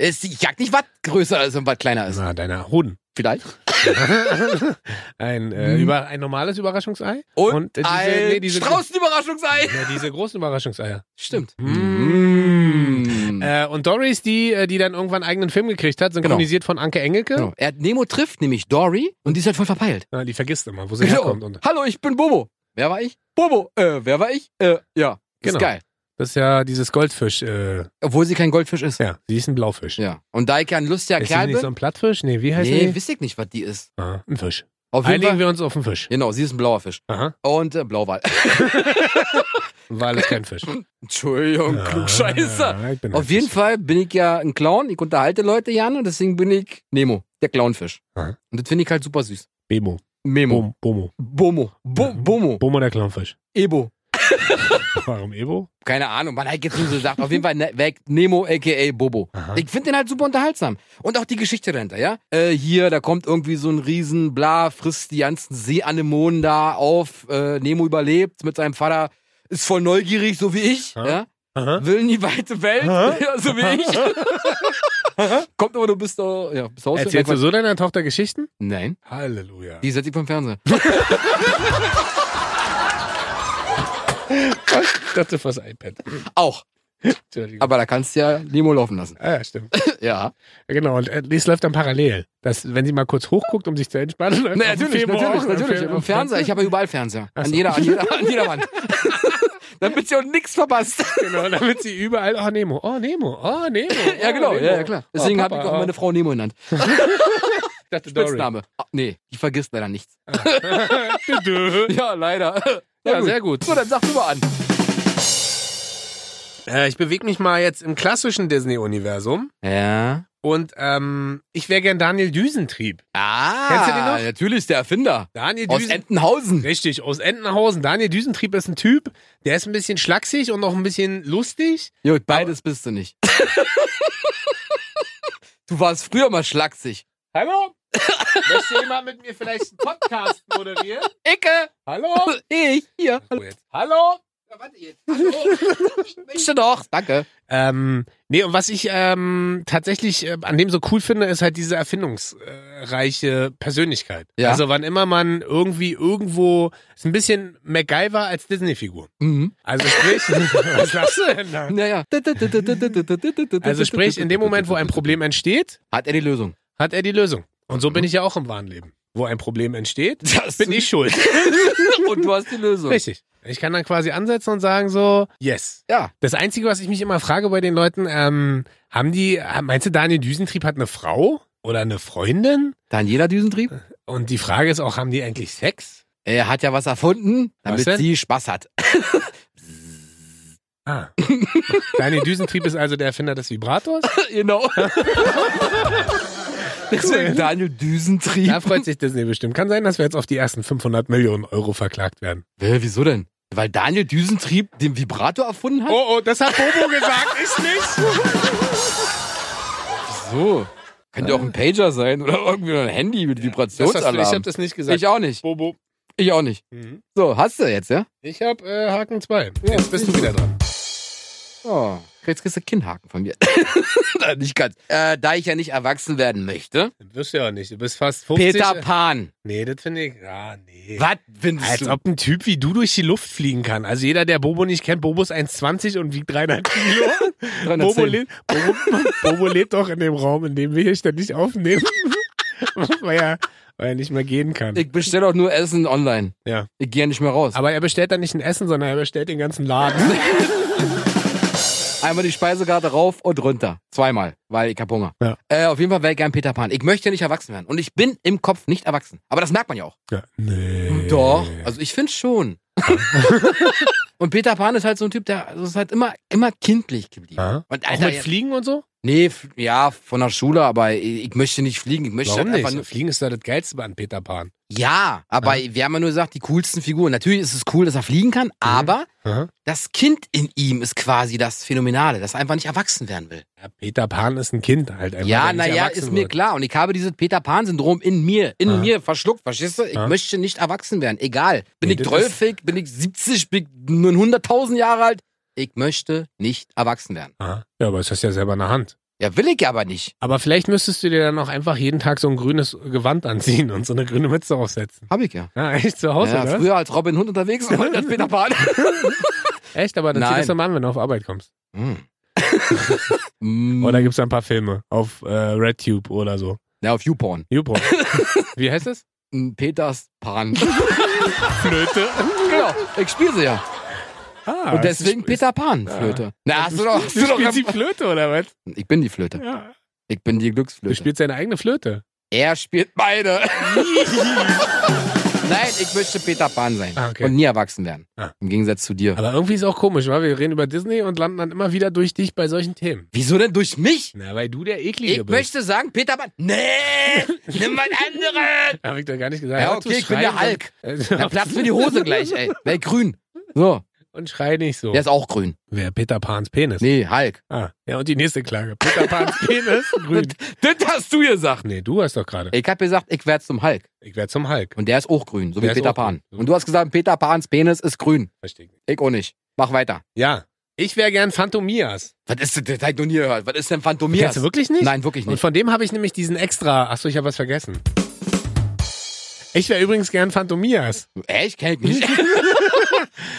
[SPEAKER 2] Es, ich jag nicht, was größer ist und was kleiner ist.
[SPEAKER 1] Na, deiner Hoden.
[SPEAKER 2] Vielleicht.
[SPEAKER 1] ein, äh,
[SPEAKER 2] Mhm.
[SPEAKER 1] über, ein normales Überraschungsei.
[SPEAKER 2] Und,
[SPEAKER 1] äh, diese,
[SPEAKER 2] ein
[SPEAKER 1] nee, diese,
[SPEAKER 2] Straußenüberraschungsei.
[SPEAKER 1] Ja, diese großen Überraschungseier.
[SPEAKER 2] Stimmt.
[SPEAKER 1] Mm.
[SPEAKER 2] Mm.
[SPEAKER 1] Äh, und Dory ist die, äh, die dann irgendwann einen eigenen Film gekriegt hat, synchronisiert von Anke Engelke.
[SPEAKER 2] Genau. Er, Nemo trifft nämlich Dory und die ist halt voll verpeilt.
[SPEAKER 1] Ja, die vergisst immer, wo sie
[SPEAKER 2] Genau.
[SPEAKER 1] herkommt. Und
[SPEAKER 2] Hallo, ich bin Bobo. Wer war ich? Bobo. Äh, wer war ich? Äh, ja.
[SPEAKER 1] Genau.
[SPEAKER 2] Ist geil.
[SPEAKER 1] das ist ja dieses Goldfisch. Äh,
[SPEAKER 2] Obwohl sie kein Goldfisch ist.
[SPEAKER 1] ja, sie ist ein Blaufisch.
[SPEAKER 2] Ja. Und da ich ja ein lustiger
[SPEAKER 1] ist sie
[SPEAKER 2] Kerl
[SPEAKER 1] nicht so
[SPEAKER 2] bin.
[SPEAKER 1] ein Plattfisch? Nee, wie heißt
[SPEAKER 2] Nee,
[SPEAKER 1] die?
[SPEAKER 2] wüsste ich nicht, was die ist.
[SPEAKER 1] Ah, ein Fisch.
[SPEAKER 2] Auf jeden
[SPEAKER 1] Einigen
[SPEAKER 2] Fall.
[SPEAKER 1] wir uns auf den Fisch.
[SPEAKER 2] Genau, sie ist ein blauer Fisch.
[SPEAKER 1] Aha.
[SPEAKER 2] Und äh, Blauwal.
[SPEAKER 1] Weil es kein Fisch.
[SPEAKER 2] Entschuldigung, Klugscheißer.
[SPEAKER 1] Ah. Ja, ich bin
[SPEAKER 2] Auf jeden Fall bin ich ja ein Clown. Ich unterhalte Leute gerne und deswegen bin ich Nemo, der Clownfisch.
[SPEAKER 1] Aha.
[SPEAKER 2] Und das finde ich halt super süß.
[SPEAKER 1] Bemo.
[SPEAKER 2] Memo.
[SPEAKER 1] Bom, Bomo.
[SPEAKER 2] Bomo. Bo Bomo.
[SPEAKER 1] Bomo der Clownfisch.
[SPEAKER 2] Ebo.
[SPEAKER 1] Warum Ebo?
[SPEAKER 2] Keine Ahnung, man hat jetzt nur so gesagt. Auf jeden Fall ne- weg. Nemo aka Bobo.
[SPEAKER 1] Aha.
[SPEAKER 2] Ich finde den halt super unterhaltsam. Und auch die Geschichte dahinter, ja? Äh, hier, da kommt irgendwie so ein Riesen, bla, frisst die ganzen Seeanemonen da auf. Äh, Nemo überlebt mit seinem Vater, ist voll neugierig, so wie ich.
[SPEAKER 1] Ja.
[SPEAKER 2] Ja?
[SPEAKER 1] Aha.
[SPEAKER 2] Will in die weite Welt,
[SPEAKER 1] Aha.
[SPEAKER 2] ja, so wie ich. kommt aber, du bist doch, ja, bist Haus
[SPEAKER 1] Erzählst du so deiner Tochter Geschichten?
[SPEAKER 2] Nein,
[SPEAKER 1] Halleluja.
[SPEAKER 2] die setzt sich vom Fernseher.
[SPEAKER 1] Ich dachte fürs iPad.
[SPEAKER 2] Auch.
[SPEAKER 1] Entschuldigung.
[SPEAKER 2] Aber da kannst du ja Nemo laufen lassen.
[SPEAKER 1] ah, ja, stimmt.
[SPEAKER 2] Ja.
[SPEAKER 1] Genau, und äh, es läuft dann parallel. Dass, wenn sie mal kurz hochguckt, um sich zu entspannen. läuft
[SPEAKER 2] Na,
[SPEAKER 1] auf dem
[SPEAKER 2] natürlich,
[SPEAKER 1] Fernseher
[SPEAKER 2] natürlich,
[SPEAKER 1] auch- ne?
[SPEAKER 2] natürlich.
[SPEAKER 1] auf dem
[SPEAKER 2] Im Fernseher. Ich habe ja überall Fernseher.
[SPEAKER 1] Ach
[SPEAKER 2] An
[SPEAKER 1] so.
[SPEAKER 2] jeder, an jeder, an jeder Wand. Damit sie auch nichts verpasst.
[SPEAKER 1] Genau, damit sie überall, oh Nemo, oh Nemo, oh Nemo.
[SPEAKER 2] Ja,
[SPEAKER 1] oh,
[SPEAKER 2] genau,
[SPEAKER 1] Nemo.
[SPEAKER 2] ja, ja, klar. Deswegen
[SPEAKER 1] Oh,
[SPEAKER 2] habe
[SPEAKER 1] Papa,
[SPEAKER 2] ich auch
[SPEAKER 1] oh.
[SPEAKER 2] meine Frau Nemo genannt.
[SPEAKER 1] dachte Dory.
[SPEAKER 2] Spitzname. Ah, nee, die vergisst leider nichts.
[SPEAKER 1] Dö.
[SPEAKER 2] Ja, leider. Na
[SPEAKER 1] Ja, sehr gut.
[SPEAKER 2] So, dann sag du mal an.
[SPEAKER 1] Äh, ich bewege mich mal jetzt im klassischen Disney-Universum.
[SPEAKER 2] Ja.
[SPEAKER 1] Und ähm, ich wäre gern Daniel Düsentrieb.
[SPEAKER 2] Ah,
[SPEAKER 1] Kennst du den noch?
[SPEAKER 2] natürlich, der Erfinder.
[SPEAKER 1] Daniel
[SPEAKER 2] Aus
[SPEAKER 1] Düsen-
[SPEAKER 2] Entenhausen.
[SPEAKER 1] Richtig, aus Entenhausen. Daniel Düsentrieb ist ein Typ, der ist ein bisschen schlaksig und auch ein bisschen lustig.
[SPEAKER 2] Jut, beides bist du nicht. du warst früher mal schlaksig.
[SPEAKER 1] Hallo? Möchte jemand mit mir vielleicht einen Podcast moderieren?
[SPEAKER 2] Icke!
[SPEAKER 1] Hallo?
[SPEAKER 2] Oh, Ich, hier.
[SPEAKER 1] Hallo?
[SPEAKER 2] Möchte doch. Danke.
[SPEAKER 1] Ähm, nee, und was ich ähm, tatsächlich äh, an dem so cool finde, ist halt diese erfindungsreiche Persönlichkeit.
[SPEAKER 2] Ja.
[SPEAKER 1] Also wann immer man irgendwie irgendwo, ist ein bisschen MacGyver als Disney-Figur.
[SPEAKER 2] Mhm.
[SPEAKER 1] Also sprich, was lachst du denn da?
[SPEAKER 2] Naja.
[SPEAKER 1] Also sprich, in dem Moment, wo ein Problem entsteht,
[SPEAKER 2] Hat er die Lösung?
[SPEAKER 1] hat er die Lösung. Und so bin ich ja auch im wahren Leben. Wo ein Problem entsteht,
[SPEAKER 2] Das
[SPEAKER 1] bin ich schuld.
[SPEAKER 2] Und du hast die Lösung.
[SPEAKER 1] Richtig. Ich kann dann quasi ansetzen und sagen so, yes.
[SPEAKER 2] Ja.
[SPEAKER 1] Das Einzige, was ich mich immer frage bei den Leuten, ähm, haben die, äh, meinst du, Daniel Düsentrieb hat eine Frau oder eine Freundin?
[SPEAKER 2] Daniela Düsentrieb?
[SPEAKER 1] Und die Frage ist auch, haben die eigentlich Sex?
[SPEAKER 2] Er hat ja was erfunden,
[SPEAKER 1] Was
[SPEAKER 2] damit
[SPEAKER 1] denn?
[SPEAKER 2] sie Spaß hat.
[SPEAKER 1] Ah. Daniel Düsentrieb ist also der Erfinder des Vibrators.
[SPEAKER 2] genau. Deswegen Daniel Düsentrieb.
[SPEAKER 1] Da freut sich Disney bestimmt. Kann sein, dass wir jetzt auf die ersten 500 Millionen Euro verklagt werden.
[SPEAKER 2] Hä, wieso denn? Weil Daniel Düsentrieb den Vibrator erfunden hat?
[SPEAKER 1] Oh, oh, das hat Bobo gesagt, ich nicht.
[SPEAKER 2] So. Könnte auch ein Pager sein oder irgendwie noch ein Handy mit
[SPEAKER 1] Das hast du, ich habe
[SPEAKER 2] Vibrationsalarm.
[SPEAKER 1] das nicht gesagt.
[SPEAKER 2] Ich auch nicht.
[SPEAKER 1] Bobo.
[SPEAKER 2] Ich auch nicht.
[SPEAKER 1] Mhm.
[SPEAKER 2] So, hast du jetzt, ja?
[SPEAKER 1] Ich habe äh, Haken 2. Jetzt bist du wieder dran.
[SPEAKER 2] Oh, jetzt kriegst du Kinnhaken von mir. nicht ganz. Äh, da ich ja nicht erwachsen werden möchte.
[SPEAKER 1] Das wirst du ja auch nicht. Du bist fast 50.
[SPEAKER 2] Peter Pan.
[SPEAKER 1] Nee, das finde ich. Ja, nee.
[SPEAKER 2] Was findest
[SPEAKER 1] Als
[SPEAKER 2] du?
[SPEAKER 1] ob ein Typ wie du durch die Luft fliegen kann. Also jeder, der Bobo nicht kennt, Bobo ist 1,20 und wiegt 300 Kilo.
[SPEAKER 2] 310.
[SPEAKER 1] Bobo, le Bobo, Bobo lebt doch in dem Raum, in dem wir hier ständig aufnehmen. weil, er, weil er nicht mehr gehen kann.
[SPEAKER 2] Ich bestelle auch nur Essen online.
[SPEAKER 1] Ja.
[SPEAKER 2] Ich gehe ja nicht mehr raus.
[SPEAKER 1] Aber er bestellt dann nicht ein Essen, sondern er bestellt den ganzen Laden.
[SPEAKER 2] Einmal die Speisekarte rauf und runter. Zweimal, weil ich hab Hunger.
[SPEAKER 1] Ja.
[SPEAKER 2] Äh, auf jeden Fall wäre ich gern Peter Pan. Ich möchte nicht erwachsen werden. Und ich bin im Kopf nicht erwachsen. Aber das merkt man ja auch.
[SPEAKER 1] Ja. Nee.
[SPEAKER 2] Doch. Also ich finde schon. und Peter Pan ist halt so ein Typ, der also ist halt immer, immer kindlich geblieben.
[SPEAKER 1] Ja.
[SPEAKER 2] Und
[SPEAKER 1] Auch
[SPEAKER 2] Alter,
[SPEAKER 1] mit
[SPEAKER 2] ja-
[SPEAKER 1] Fliegen und so?
[SPEAKER 2] nee, f- ja, von der Schule, aber ich, ich möchte nicht fliegen. Ich möchte
[SPEAKER 1] Warum
[SPEAKER 2] halt einfach
[SPEAKER 1] nicht? Fliegen ist doch das Geilste an Peter Pan.
[SPEAKER 2] nur. Ja, aber wir haben ja nur gesagt, die coolsten Figuren. Natürlich ist es cool, dass er fliegen kann,
[SPEAKER 1] Mhm.
[SPEAKER 2] aber
[SPEAKER 1] Aha.
[SPEAKER 2] das Kind in ihm ist quasi das Phänomenale, das einfach nicht erwachsen werden will.
[SPEAKER 1] Ja, Peter Pan ist ein Kind halt. Einfach,
[SPEAKER 2] Ja,
[SPEAKER 1] der nicht
[SPEAKER 2] naja,
[SPEAKER 1] erwachsen
[SPEAKER 2] ist mir
[SPEAKER 1] wird.
[SPEAKER 2] klar. Und ich habe dieses Peter Pan-Syndrom in mir, in
[SPEAKER 1] Ah.
[SPEAKER 2] mir verschluckt, verstehst du? Ich
[SPEAKER 1] Ah.
[SPEAKER 2] möchte nicht erwachsen werden. Egal. Bin
[SPEAKER 1] Nee,
[SPEAKER 2] ich
[SPEAKER 1] das ist-
[SPEAKER 2] 12, bin ich 70, bin ich nur 100.000 Jahre alt. Ich möchte nicht erwachsen werden.
[SPEAKER 1] Aha. Ja, aber es hast ja selber in der Hand.
[SPEAKER 2] Ja, will ich ja aber nicht.
[SPEAKER 1] Aber vielleicht müsstest du dir dann auch einfach jeden Tag so ein grünes Gewand anziehen und so eine grüne Mütze aufsetzen.
[SPEAKER 2] Hab ich ja.
[SPEAKER 1] Ja, echt zu Hause,
[SPEAKER 2] ja,
[SPEAKER 1] oder?
[SPEAKER 2] früher als Robin Hood unterwegs und heute als Peter Pan.
[SPEAKER 1] Echt, aber dann zieh
[SPEAKER 2] Nein.
[SPEAKER 1] das doch mal an, wenn du auf Arbeit kommst.
[SPEAKER 2] Hm. Mm.
[SPEAKER 1] Oder gibt's da ein paar Filme auf äh, RedTube oder so.
[SPEAKER 2] Na, auf YouPorn.
[SPEAKER 1] YouPorn. Wie heißt es?
[SPEAKER 2] Hm, Peters Pan.
[SPEAKER 1] Flöte.
[SPEAKER 2] genau, ich spiele sie ja.
[SPEAKER 1] Ah,
[SPEAKER 2] Und deswegen
[SPEAKER 1] ist-
[SPEAKER 2] Peter Pan, Flöte. Na, hast du doch, hast
[SPEAKER 1] Du
[SPEAKER 2] du doch.
[SPEAKER 1] spielst die Flöte, oder was?
[SPEAKER 2] Ich bin die Flöte.
[SPEAKER 1] Ja.
[SPEAKER 2] Ich bin die
[SPEAKER 1] Du
[SPEAKER 2] Glücksflöte.
[SPEAKER 1] spielst deine eigene Flöte.
[SPEAKER 2] Er spielt beide. Nein, ich möchte Peter Pan sein
[SPEAKER 1] Ah, okay.
[SPEAKER 2] und nie erwachsen werden.
[SPEAKER 1] Ah.
[SPEAKER 2] Im Gegensatz zu dir.
[SPEAKER 1] Aber irgendwie ist auch komisch, wa? Wir reden über Disney und landen dann immer wieder durch dich bei solchen Themen.
[SPEAKER 2] Wieso denn durch mich?
[SPEAKER 1] Na, weil du der
[SPEAKER 2] Ich
[SPEAKER 1] Eklige bist.
[SPEAKER 2] möchte sagen, Peter Pan. Nee, nimm mal anderen.
[SPEAKER 1] Hab ich doch gar nicht gesagt.
[SPEAKER 2] Ja,
[SPEAKER 1] Hör
[SPEAKER 2] okay,
[SPEAKER 1] zu
[SPEAKER 2] ich bin der
[SPEAKER 1] schreien,
[SPEAKER 2] Hulk.
[SPEAKER 1] sonst-
[SPEAKER 2] Da platzt mir die Hose gleich, ey. Wer grün? So,
[SPEAKER 1] Und schrei nicht so.
[SPEAKER 2] der ist auch grün.
[SPEAKER 1] Wer Peter Pans Penis?
[SPEAKER 2] Nee, Hulk.
[SPEAKER 1] Ah, ja, und die nächste Klage. Peter Pans Penis, grün.
[SPEAKER 2] Das hast du gesagt.
[SPEAKER 1] Nee, du hast doch gerade.
[SPEAKER 2] Ich hab gesagt, ich werde zum Hulk.
[SPEAKER 1] Ich werde zum Hulk.
[SPEAKER 2] Und der ist auch grün, so
[SPEAKER 1] Der
[SPEAKER 2] wie
[SPEAKER 1] ist
[SPEAKER 2] Peter
[SPEAKER 1] auch grün.
[SPEAKER 2] Pan. Und du hast gesagt, Peter Pans Penis ist grün.
[SPEAKER 1] Verstehe ich nicht.
[SPEAKER 2] Ich auch nicht. Mach weiter.
[SPEAKER 1] Ja, ich wäre gern Phantomias.
[SPEAKER 2] Was ist denn? Das hab ich noch nie gehört. Was ist denn
[SPEAKER 1] Kennst du
[SPEAKER 2] Phantomias?
[SPEAKER 1] wirklich nicht?
[SPEAKER 2] Nein, wirklich
[SPEAKER 1] Und
[SPEAKER 2] nicht.
[SPEAKER 1] von dem habe ich nämlich diesen extra. Achso, ich habe was vergessen. Ich wäre übrigens gern Phantomias.
[SPEAKER 2] Hä, ich kenn ihn nicht.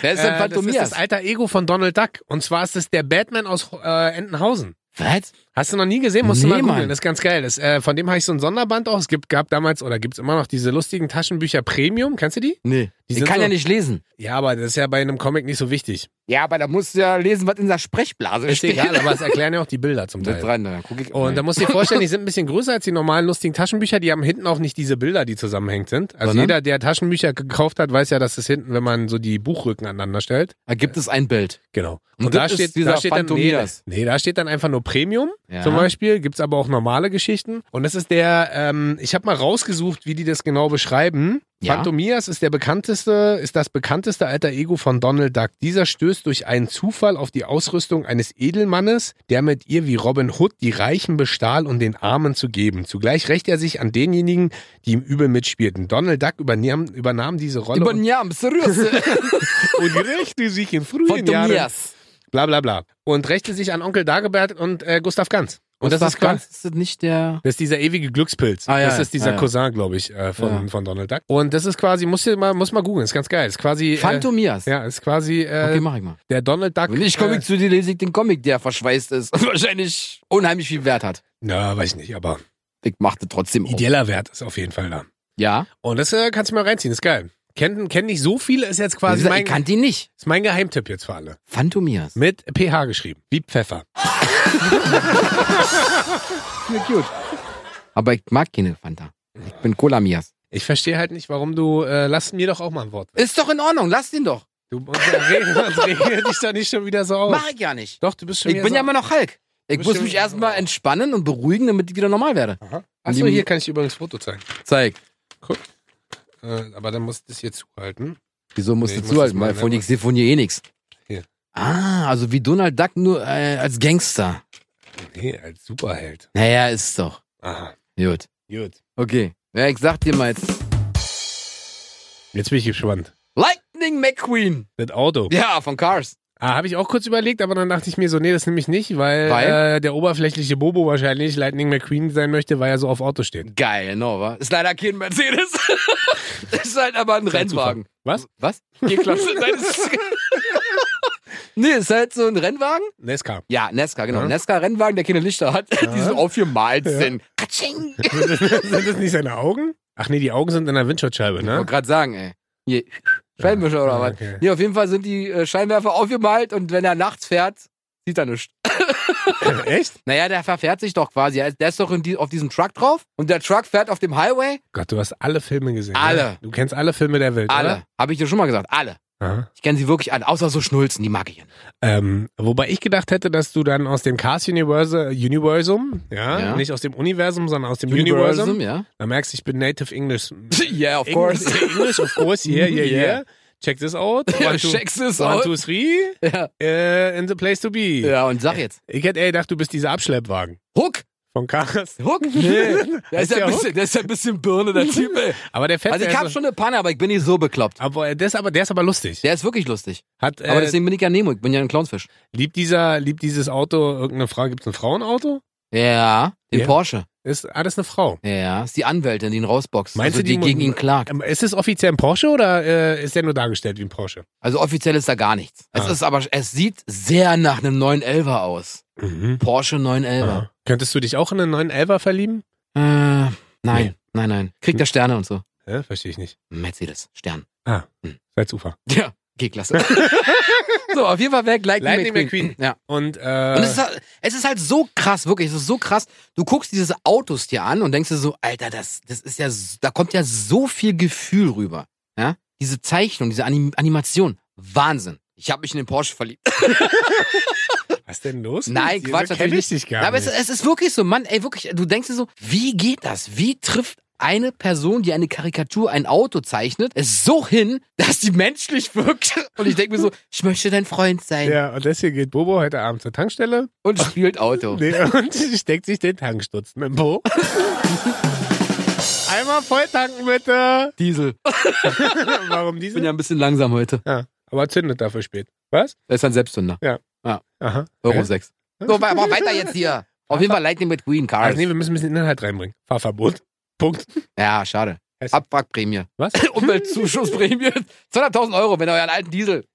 [SPEAKER 2] Wer
[SPEAKER 1] Äh,
[SPEAKER 2] ist denn
[SPEAKER 1] Das ist
[SPEAKER 2] Phantomias?
[SPEAKER 1] das alter Ego von Donald Duck. Und zwar ist es der Batman aus äh, Entenhausen.
[SPEAKER 2] Was?
[SPEAKER 1] Hast du noch nie gesehen? Musst
[SPEAKER 2] Nee,
[SPEAKER 1] du mal googeln.
[SPEAKER 2] Mann.
[SPEAKER 1] Das ist ganz geil. Das, äh, von dem habe ich so ein Sonderband auch. Es gibt, gab damals oder gibt es immer noch diese lustigen Taschenbücher Premium. Kennst du die?
[SPEAKER 2] Nee.
[SPEAKER 1] Die
[SPEAKER 2] ich
[SPEAKER 1] sind
[SPEAKER 2] kann
[SPEAKER 1] so-
[SPEAKER 2] ja nicht lesen.
[SPEAKER 1] Ja, aber das ist ja bei einem Comic nicht so wichtig.
[SPEAKER 2] Ja, aber da musst du ja lesen, was in der Sprechblase
[SPEAKER 1] Ist
[SPEAKER 2] steht.
[SPEAKER 1] egal, aber es erklären ja auch die Bilder zum
[SPEAKER 2] Das
[SPEAKER 1] Teil.
[SPEAKER 2] rein, dann guck ich.
[SPEAKER 1] Und da musst du dir vorstellen, die sind ein bisschen größer als die normalen lustigen Taschenbücher. Die haben hinten auch nicht diese Bilder, die zusammenhängend sind. Also
[SPEAKER 2] Sondern?
[SPEAKER 1] jeder, der Taschenbücher gekauft hat, weiß ja, dass es hinten, wenn man so die Buchrücken aneinander stellt.
[SPEAKER 2] da gibt es ein Bild.
[SPEAKER 1] Genau.
[SPEAKER 2] Und das ist dieser
[SPEAKER 1] nee,
[SPEAKER 2] Phantomias.
[SPEAKER 1] nee, da steht dann einfach nur Premium
[SPEAKER 2] Ja.
[SPEAKER 1] zum Beispiel. Gibt's aber auch normale Geschichten. Und das ist der, ähm, ich habe mal rausgesucht, wie die das genau beschreiben.
[SPEAKER 2] Ja.
[SPEAKER 1] Phantomias ist der bekannteste, ist das bekannteste alter Ego von Donald Duck. Dieser stößt durch einen Zufall auf die Ausrüstung eines Edelmannes, der mit ihr wie Robin Hood die Reichen bestahl, um den Armen zu geben. Zugleich rächt er sich an denjenigen, die ihm übel mitspielten. Donald Duck übernahm, übernahm diese Rolle
[SPEAKER 2] Über den Jam, seriös.
[SPEAKER 1] und, und rächte sich in frühen
[SPEAKER 2] Von
[SPEAKER 1] Jahren
[SPEAKER 2] Tomias.
[SPEAKER 1] bla bla bla. Und rächte sich an Onkel Dagobert und äh, Gustav Ganz. Und das ist Ganz.
[SPEAKER 2] Ist das nicht der.
[SPEAKER 1] Das ist dieser ewige Glückspilz.
[SPEAKER 2] Ah, ja,
[SPEAKER 1] das
[SPEAKER 2] ja.
[SPEAKER 1] ist dieser
[SPEAKER 2] Ah, ja.
[SPEAKER 1] Cousin, glaube ich, äh, von,
[SPEAKER 2] Ja.
[SPEAKER 1] von Donald Duck. Und das ist quasi, muss ihr mal, muss mal googeln, ist ganz geil. Ist quasi. Äh,
[SPEAKER 2] Phantomias.
[SPEAKER 1] ja, ist quasi äh,
[SPEAKER 2] Okay, mach ich mal.
[SPEAKER 1] der Donald Duck.
[SPEAKER 2] Wenn ich Comic
[SPEAKER 1] Äh,
[SPEAKER 2] zu dir lese, ich den Comic, der verschweißt ist und wahrscheinlich unheimlich viel Wert hat.
[SPEAKER 1] na, weiß ich nicht, aber
[SPEAKER 2] Ich machte trotzdem auf.
[SPEAKER 1] ideeller Wert ist auf jeden Fall da.
[SPEAKER 2] Ja.
[SPEAKER 1] Oh. Und das äh, kannst du mal reinziehen, ist geil. Kennen kenn nicht so viele, ist jetzt
[SPEAKER 2] Wie
[SPEAKER 1] quasi
[SPEAKER 2] gesagt,
[SPEAKER 1] mein,
[SPEAKER 2] ich kannte ihn nicht.
[SPEAKER 1] ist mein Geheimtipp jetzt für alle.
[SPEAKER 2] Phantomias.
[SPEAKER 1] Mit PH geschrieben, wie Pfeffer.
[SPEAKER 2] cute. Aber ich mag keine Fanta. Ich bin Colamias.
[SPEAKER 1] Ich verstehe halt nicht, warum du, äh, lass mir doch auch mal ein Wort.
[SPEAKER 2] Ist doch in Ordnung, lass den doch.
[SPEAKER 1] Du uns rege, uns rege dich doch nicht schon wieder so auf.
[SPEAKER 2] Mach ich ja nicht.
[SPEAKER 1] Doch, du bist schon
[SPEAKER 2] Ich
[SPEAKER 1] wieder
[SPEAKER 2] bin
[SPEAKER 1] so
[SPEAKER 2] ja immer noch Hulk. Ich
[SPEAKER 1] Bist
[SPEAKER 2] muss
[SPEAKER 1] du-
[SPEAKER 2] mich erstmal entspannen und beruhigen, damit ich wieder normal werde.
[SPEAKER 1] Aha. Achso, hier kann ich übrigens Foto zeigen.
[SPEAKER 2] Zeig.
[SPEAKER 1] Äh, aber dann musst du das hier zuhalten.
[SPEAKER 2] Wieso musst
[SPEAKER 1] Nee,
[SPEAKER 2] du
[SPEAKER 1] ich muss
[SPEAKER 2] zuhalten?
[SPEAKER 1] das mal
[SPEAKER 2] Weil von ich
[SPEAKER 1] nehmen.
[SPEAKER 2] sehe von hier eh nichts.
[SPEAKER 1] Hier.
[SPEAKER 2] Ah, also wie Donald Duck nur äh, als Gangster.
[SPEAKER 1] Nee, als Superheld.
[SPEAKER 2] Naja, ist doch.
[SPEAKER 1] Aha.
[SPEAKER 2] Gut.
[SPEAKER 1] Gut.
[SPEAKER 2] Okay. Ja, ich sag dir mal jetzt.
[SPEAKER 1] Jetzt bin ich gespannt.
[SPEAKER 2] Lightning McQueen.
[SPEAKER 1] Das Auto.
[SPEAKER 2] Ja, von Cars.
[SPEAKER 1] Ah, habe ich auch kurz überlegt, aber dann dachte ich mir so, nee, das nehme ich nicht, weil,
[SPEAKER 2] Weil?
[SPEAKER 1] Äh, der oberflächliche Bobo wahrscheinlich Lightning McQueen sein möchte, weil er so auf Auto steht.
[SPEAKER 2] Geil, genau, wa? Ist leider kein Mercedes. ist halt aber ein Rennwagen.
[SPEAKER 1] Was?
[SPEAKER 2] Was? G-Klasse. Nein, ist nee, ist halt so ein Rennwagen.
[SPEAKER 1] Nesca.
[SPEAKER 2] Ja, Nesca, genau.
[SPEAKER 1] Ja.
[SPEAKER 2] Nesca-Rennwagen, der keine Lichter hat. Die so aufgemalt sind. Katsching. Ich
[SPEAKER 1] sind, das, sind das nicht seine Augen? Ach nee, die Augen sind in der Windschutzscheibe, ne?
[SPEAKER 2] wollte gerade sagen, ey. Hier. Scheinwischer oder
[SPEAKER 1] Ah,
[SPEAKER 2] was?
[SPEAKER 1] okay.
[SPEAKER 2] Nee, auf jeden Fall sind die äh, Scheinwerfer aufgemalt und wenn er nachts fährt, sieht er nichts.
[SPEAKER 1] Echt?
[SPEAKER 2] Naja, der verfährt sich doch quasi. Er ist- Der ist doch in die, auf diesem Truck drauf und der Truck fährt auf dem Highway.
[SPEAKER 1] Gott, du hast alle Filme gesehen.
[SPEAKER 2] Alle.
[SPEAKER 1] Ne? Du kennst alle Filme der Welt.
[SPEAKER 2] Alle. Habe ich dir schon mal gesagt. Alle.
[SPEAKER 1] Oder? Aha.
[SPEAKER 2] Ich kenne sie wirklich alle. Außer so Schnulzen, die mag ich ja nicht.
[SPEAKER 1] Ähm, wobei ich gedacht hätte, dass du dann aus dem Cars Universe, Universum, ja,
[SPEAKER 2] Ja.
[SPEAKER 1] nicht aus dem Universum, sondern aus dem Universum,
[SPEAKER 2] ja.
[SPEAKER 1] da merkst du, ich bin Native English.
[SPEAKER 2] yeah, of
[SPEAKER 1] English, English, of course, yeah, yeah,
[SPEAKER 2] Yeah.
[SPEAKER 1] yeah. Check this out.
[SPEAKER 2] Ja,
[SPEAKER 1] One, two,
[SPEAKER 2] checkst du es
[SPEAKER 1] one,
[SPEAKER 2] out?
[SPEAKER 1] two three,
[SPEAKER 2] Ja.
[SPEAKER 1] äh, in the place to be.
[SPEAKER 2] ja, und sag jetzt.
[SPEAKER 1] Ich hätte eher gedacht, du bist dieser Abschleppwagen
[SPEAKER 2] Huck!
[SPEAKER 1] von Cars.
[SPEAKER 2] Huck! Der ist,
[SPEAKER 1] Heißt
[SPEAKER 2] ja
[SPEAKER 1] der
[SPEAKER 2] ein bisschen, der ist ja ein bisschen Birne, der Typ, ey.
[SPEAKER 1] Aber der fährt
[SPEAKER 2] Also ich
[SPEAKER 1] ja
[SPEAKER 2] hab
[SPEAKER 1] so-
[SPEAKER 2] schon eine Panne, aber ich bin nicht so bekloppt.
[SPEAKER 1] aber der ist aber, der ist aber lustig.
[SPEAKER 2] Der ist wirklich lustig.
[SPEAKER 1] Hat, äh,
[SPEAKER 2] Aber deswegen bin ich ja Nemo, ich bin ja ein Clownsfisch.
[SPEAKER 1] liebt dieser, liebt dieses Auto irgendeine Frau? Gibt es ein Frauenauto?
[SPEAKER 2] Ja, den
[SPEAKER 1] Ja.
[SPEAKER 2] Porsche.
[SPEAKER 1] Ist alles eine Frau?
[SPEAKER 2] Ja, ist die Anwältin, die ihn rausboxt.
[SPEAKER 1] Meinst du,
[SPEAKER 2] also die,
[SPEAKER 1] die mu-
[SPEAKER 2] gegen ihn klagt.
[SPEAKER 1] Ähm, Ist es offiziell ein Porsche oder äh, ist der nur dargestellt wie ein Porsche?
[SPEAKER 2] Also offiziell ist da gar nichts. Es
[SPEAKER 1] Ah.
[SPEAKER 2] ist aber, es sieht sehr nach einem 911er aus.
[SPEAKER 1] Mhm.
[SPEAKER 2] Porsche 911er.
[SPEAKER 1] Ja. Könntest du dich auch in einen neuen Elfer verlieben?
[SPEAKER 2] Äh,
[SPEAKER 1] Ah.
[SPEAKER 2] nein,
[SPEAKER 1] Nee. Hm.
[SPEAKER 2] nein, nein. Kriegt er Sterne und so.
[SPEAKER 1] Ja, verstehe ich nicht.
[SPEAKER 2] Mercedes, Stern.
[SPEAKER 1] Salzufer.
[SPEAKER 2] Ja, G-Klasse. so, auf jeden Fall weg, Lightning,
[SPEAKER 1] Lightning
[SPEAKER 2] McQueen. Ja.
[SPEAKER 1] Und, äh,
[SPEAKER 2] Und es ist, halt, es ist halt so krass, wirklich, es ist so krass. Du guckst diese Autos dir an und denkst dir so, Alter, das, das ist ja, s- da kommt ja so viel Gefühl rüber. Ja? Diese Zeichnung, diese Anim Animation, Wahnsinn. Ich habe mich in den Porsche verliebt.
[SPEAKER 1] was denn los? mit
[SPEAKER 2] Nein,
[SPEAKER 1] dir?
[SPEAKER 2] Quatsch,
[SPEAKER 1] So kenn
[SPEAKER 2] natürlich
[SPEAKER 1] ich dich gar
[SPEAKER 2] Na, aber es,
[SPEAKER 1] nicht.
[SPEAKER 2] es ist wirklich so, Mann, ey, wirklich, du denkst dir so, wie geht das? Wie trifft eine Person, die eine Karikatur, ein Auto zeichnet, es so hin, dass die menschlich wirkt? Und ich denke mir so, ich möchte dein Freund sein.
[SPEAKER 1] ja, und deswegen geht Bobo heute Abend zur Tankstelle
[SPEAKER 2] Und spielt Auto.
[SPEAKER 1] nee, und steckt sich den Tankstutzen mit dem Po. Einmal voll tanken, bitte.
[SPEAKER 2] Diesel.
[SPEAKER 1] Warum
[SPEAKER 2] Ich
[SPEAKER 1] diese?
[SPEAKER 2] bin ja ein bisschen langsam heute.
[SPEAKER 1] Ja, aber zündet dafür spät. Was?
[SPEAKER 2] Das ist ein Selbstzünder.
[SPEAKER 1] Aha.
[SPEAKER 2] Euro
[SPEAKER 1] Hä?
[SPEAKER 2] 6. So, wa- mach weiter jetzt hier. Auf jeden Fall Lightning mit Green
[SPEAKER 1] Ach
[SPEAKER 2] Cars.
[SPEAKER 1] nee, wir müssen ein bisschen Inhalt reinbringen. Fahrverbot. Punkt.
[SPEAKER 2] Ja, schade.
[SPEAKER 1] Heißt-
[SPEAKER 2] Abwrackprämie.
[SPEAKER 1] Was?
[SPEAKER 2] Umweltzuschussprämie. 200.000 Euro, wenn ihr euren alten Diesel.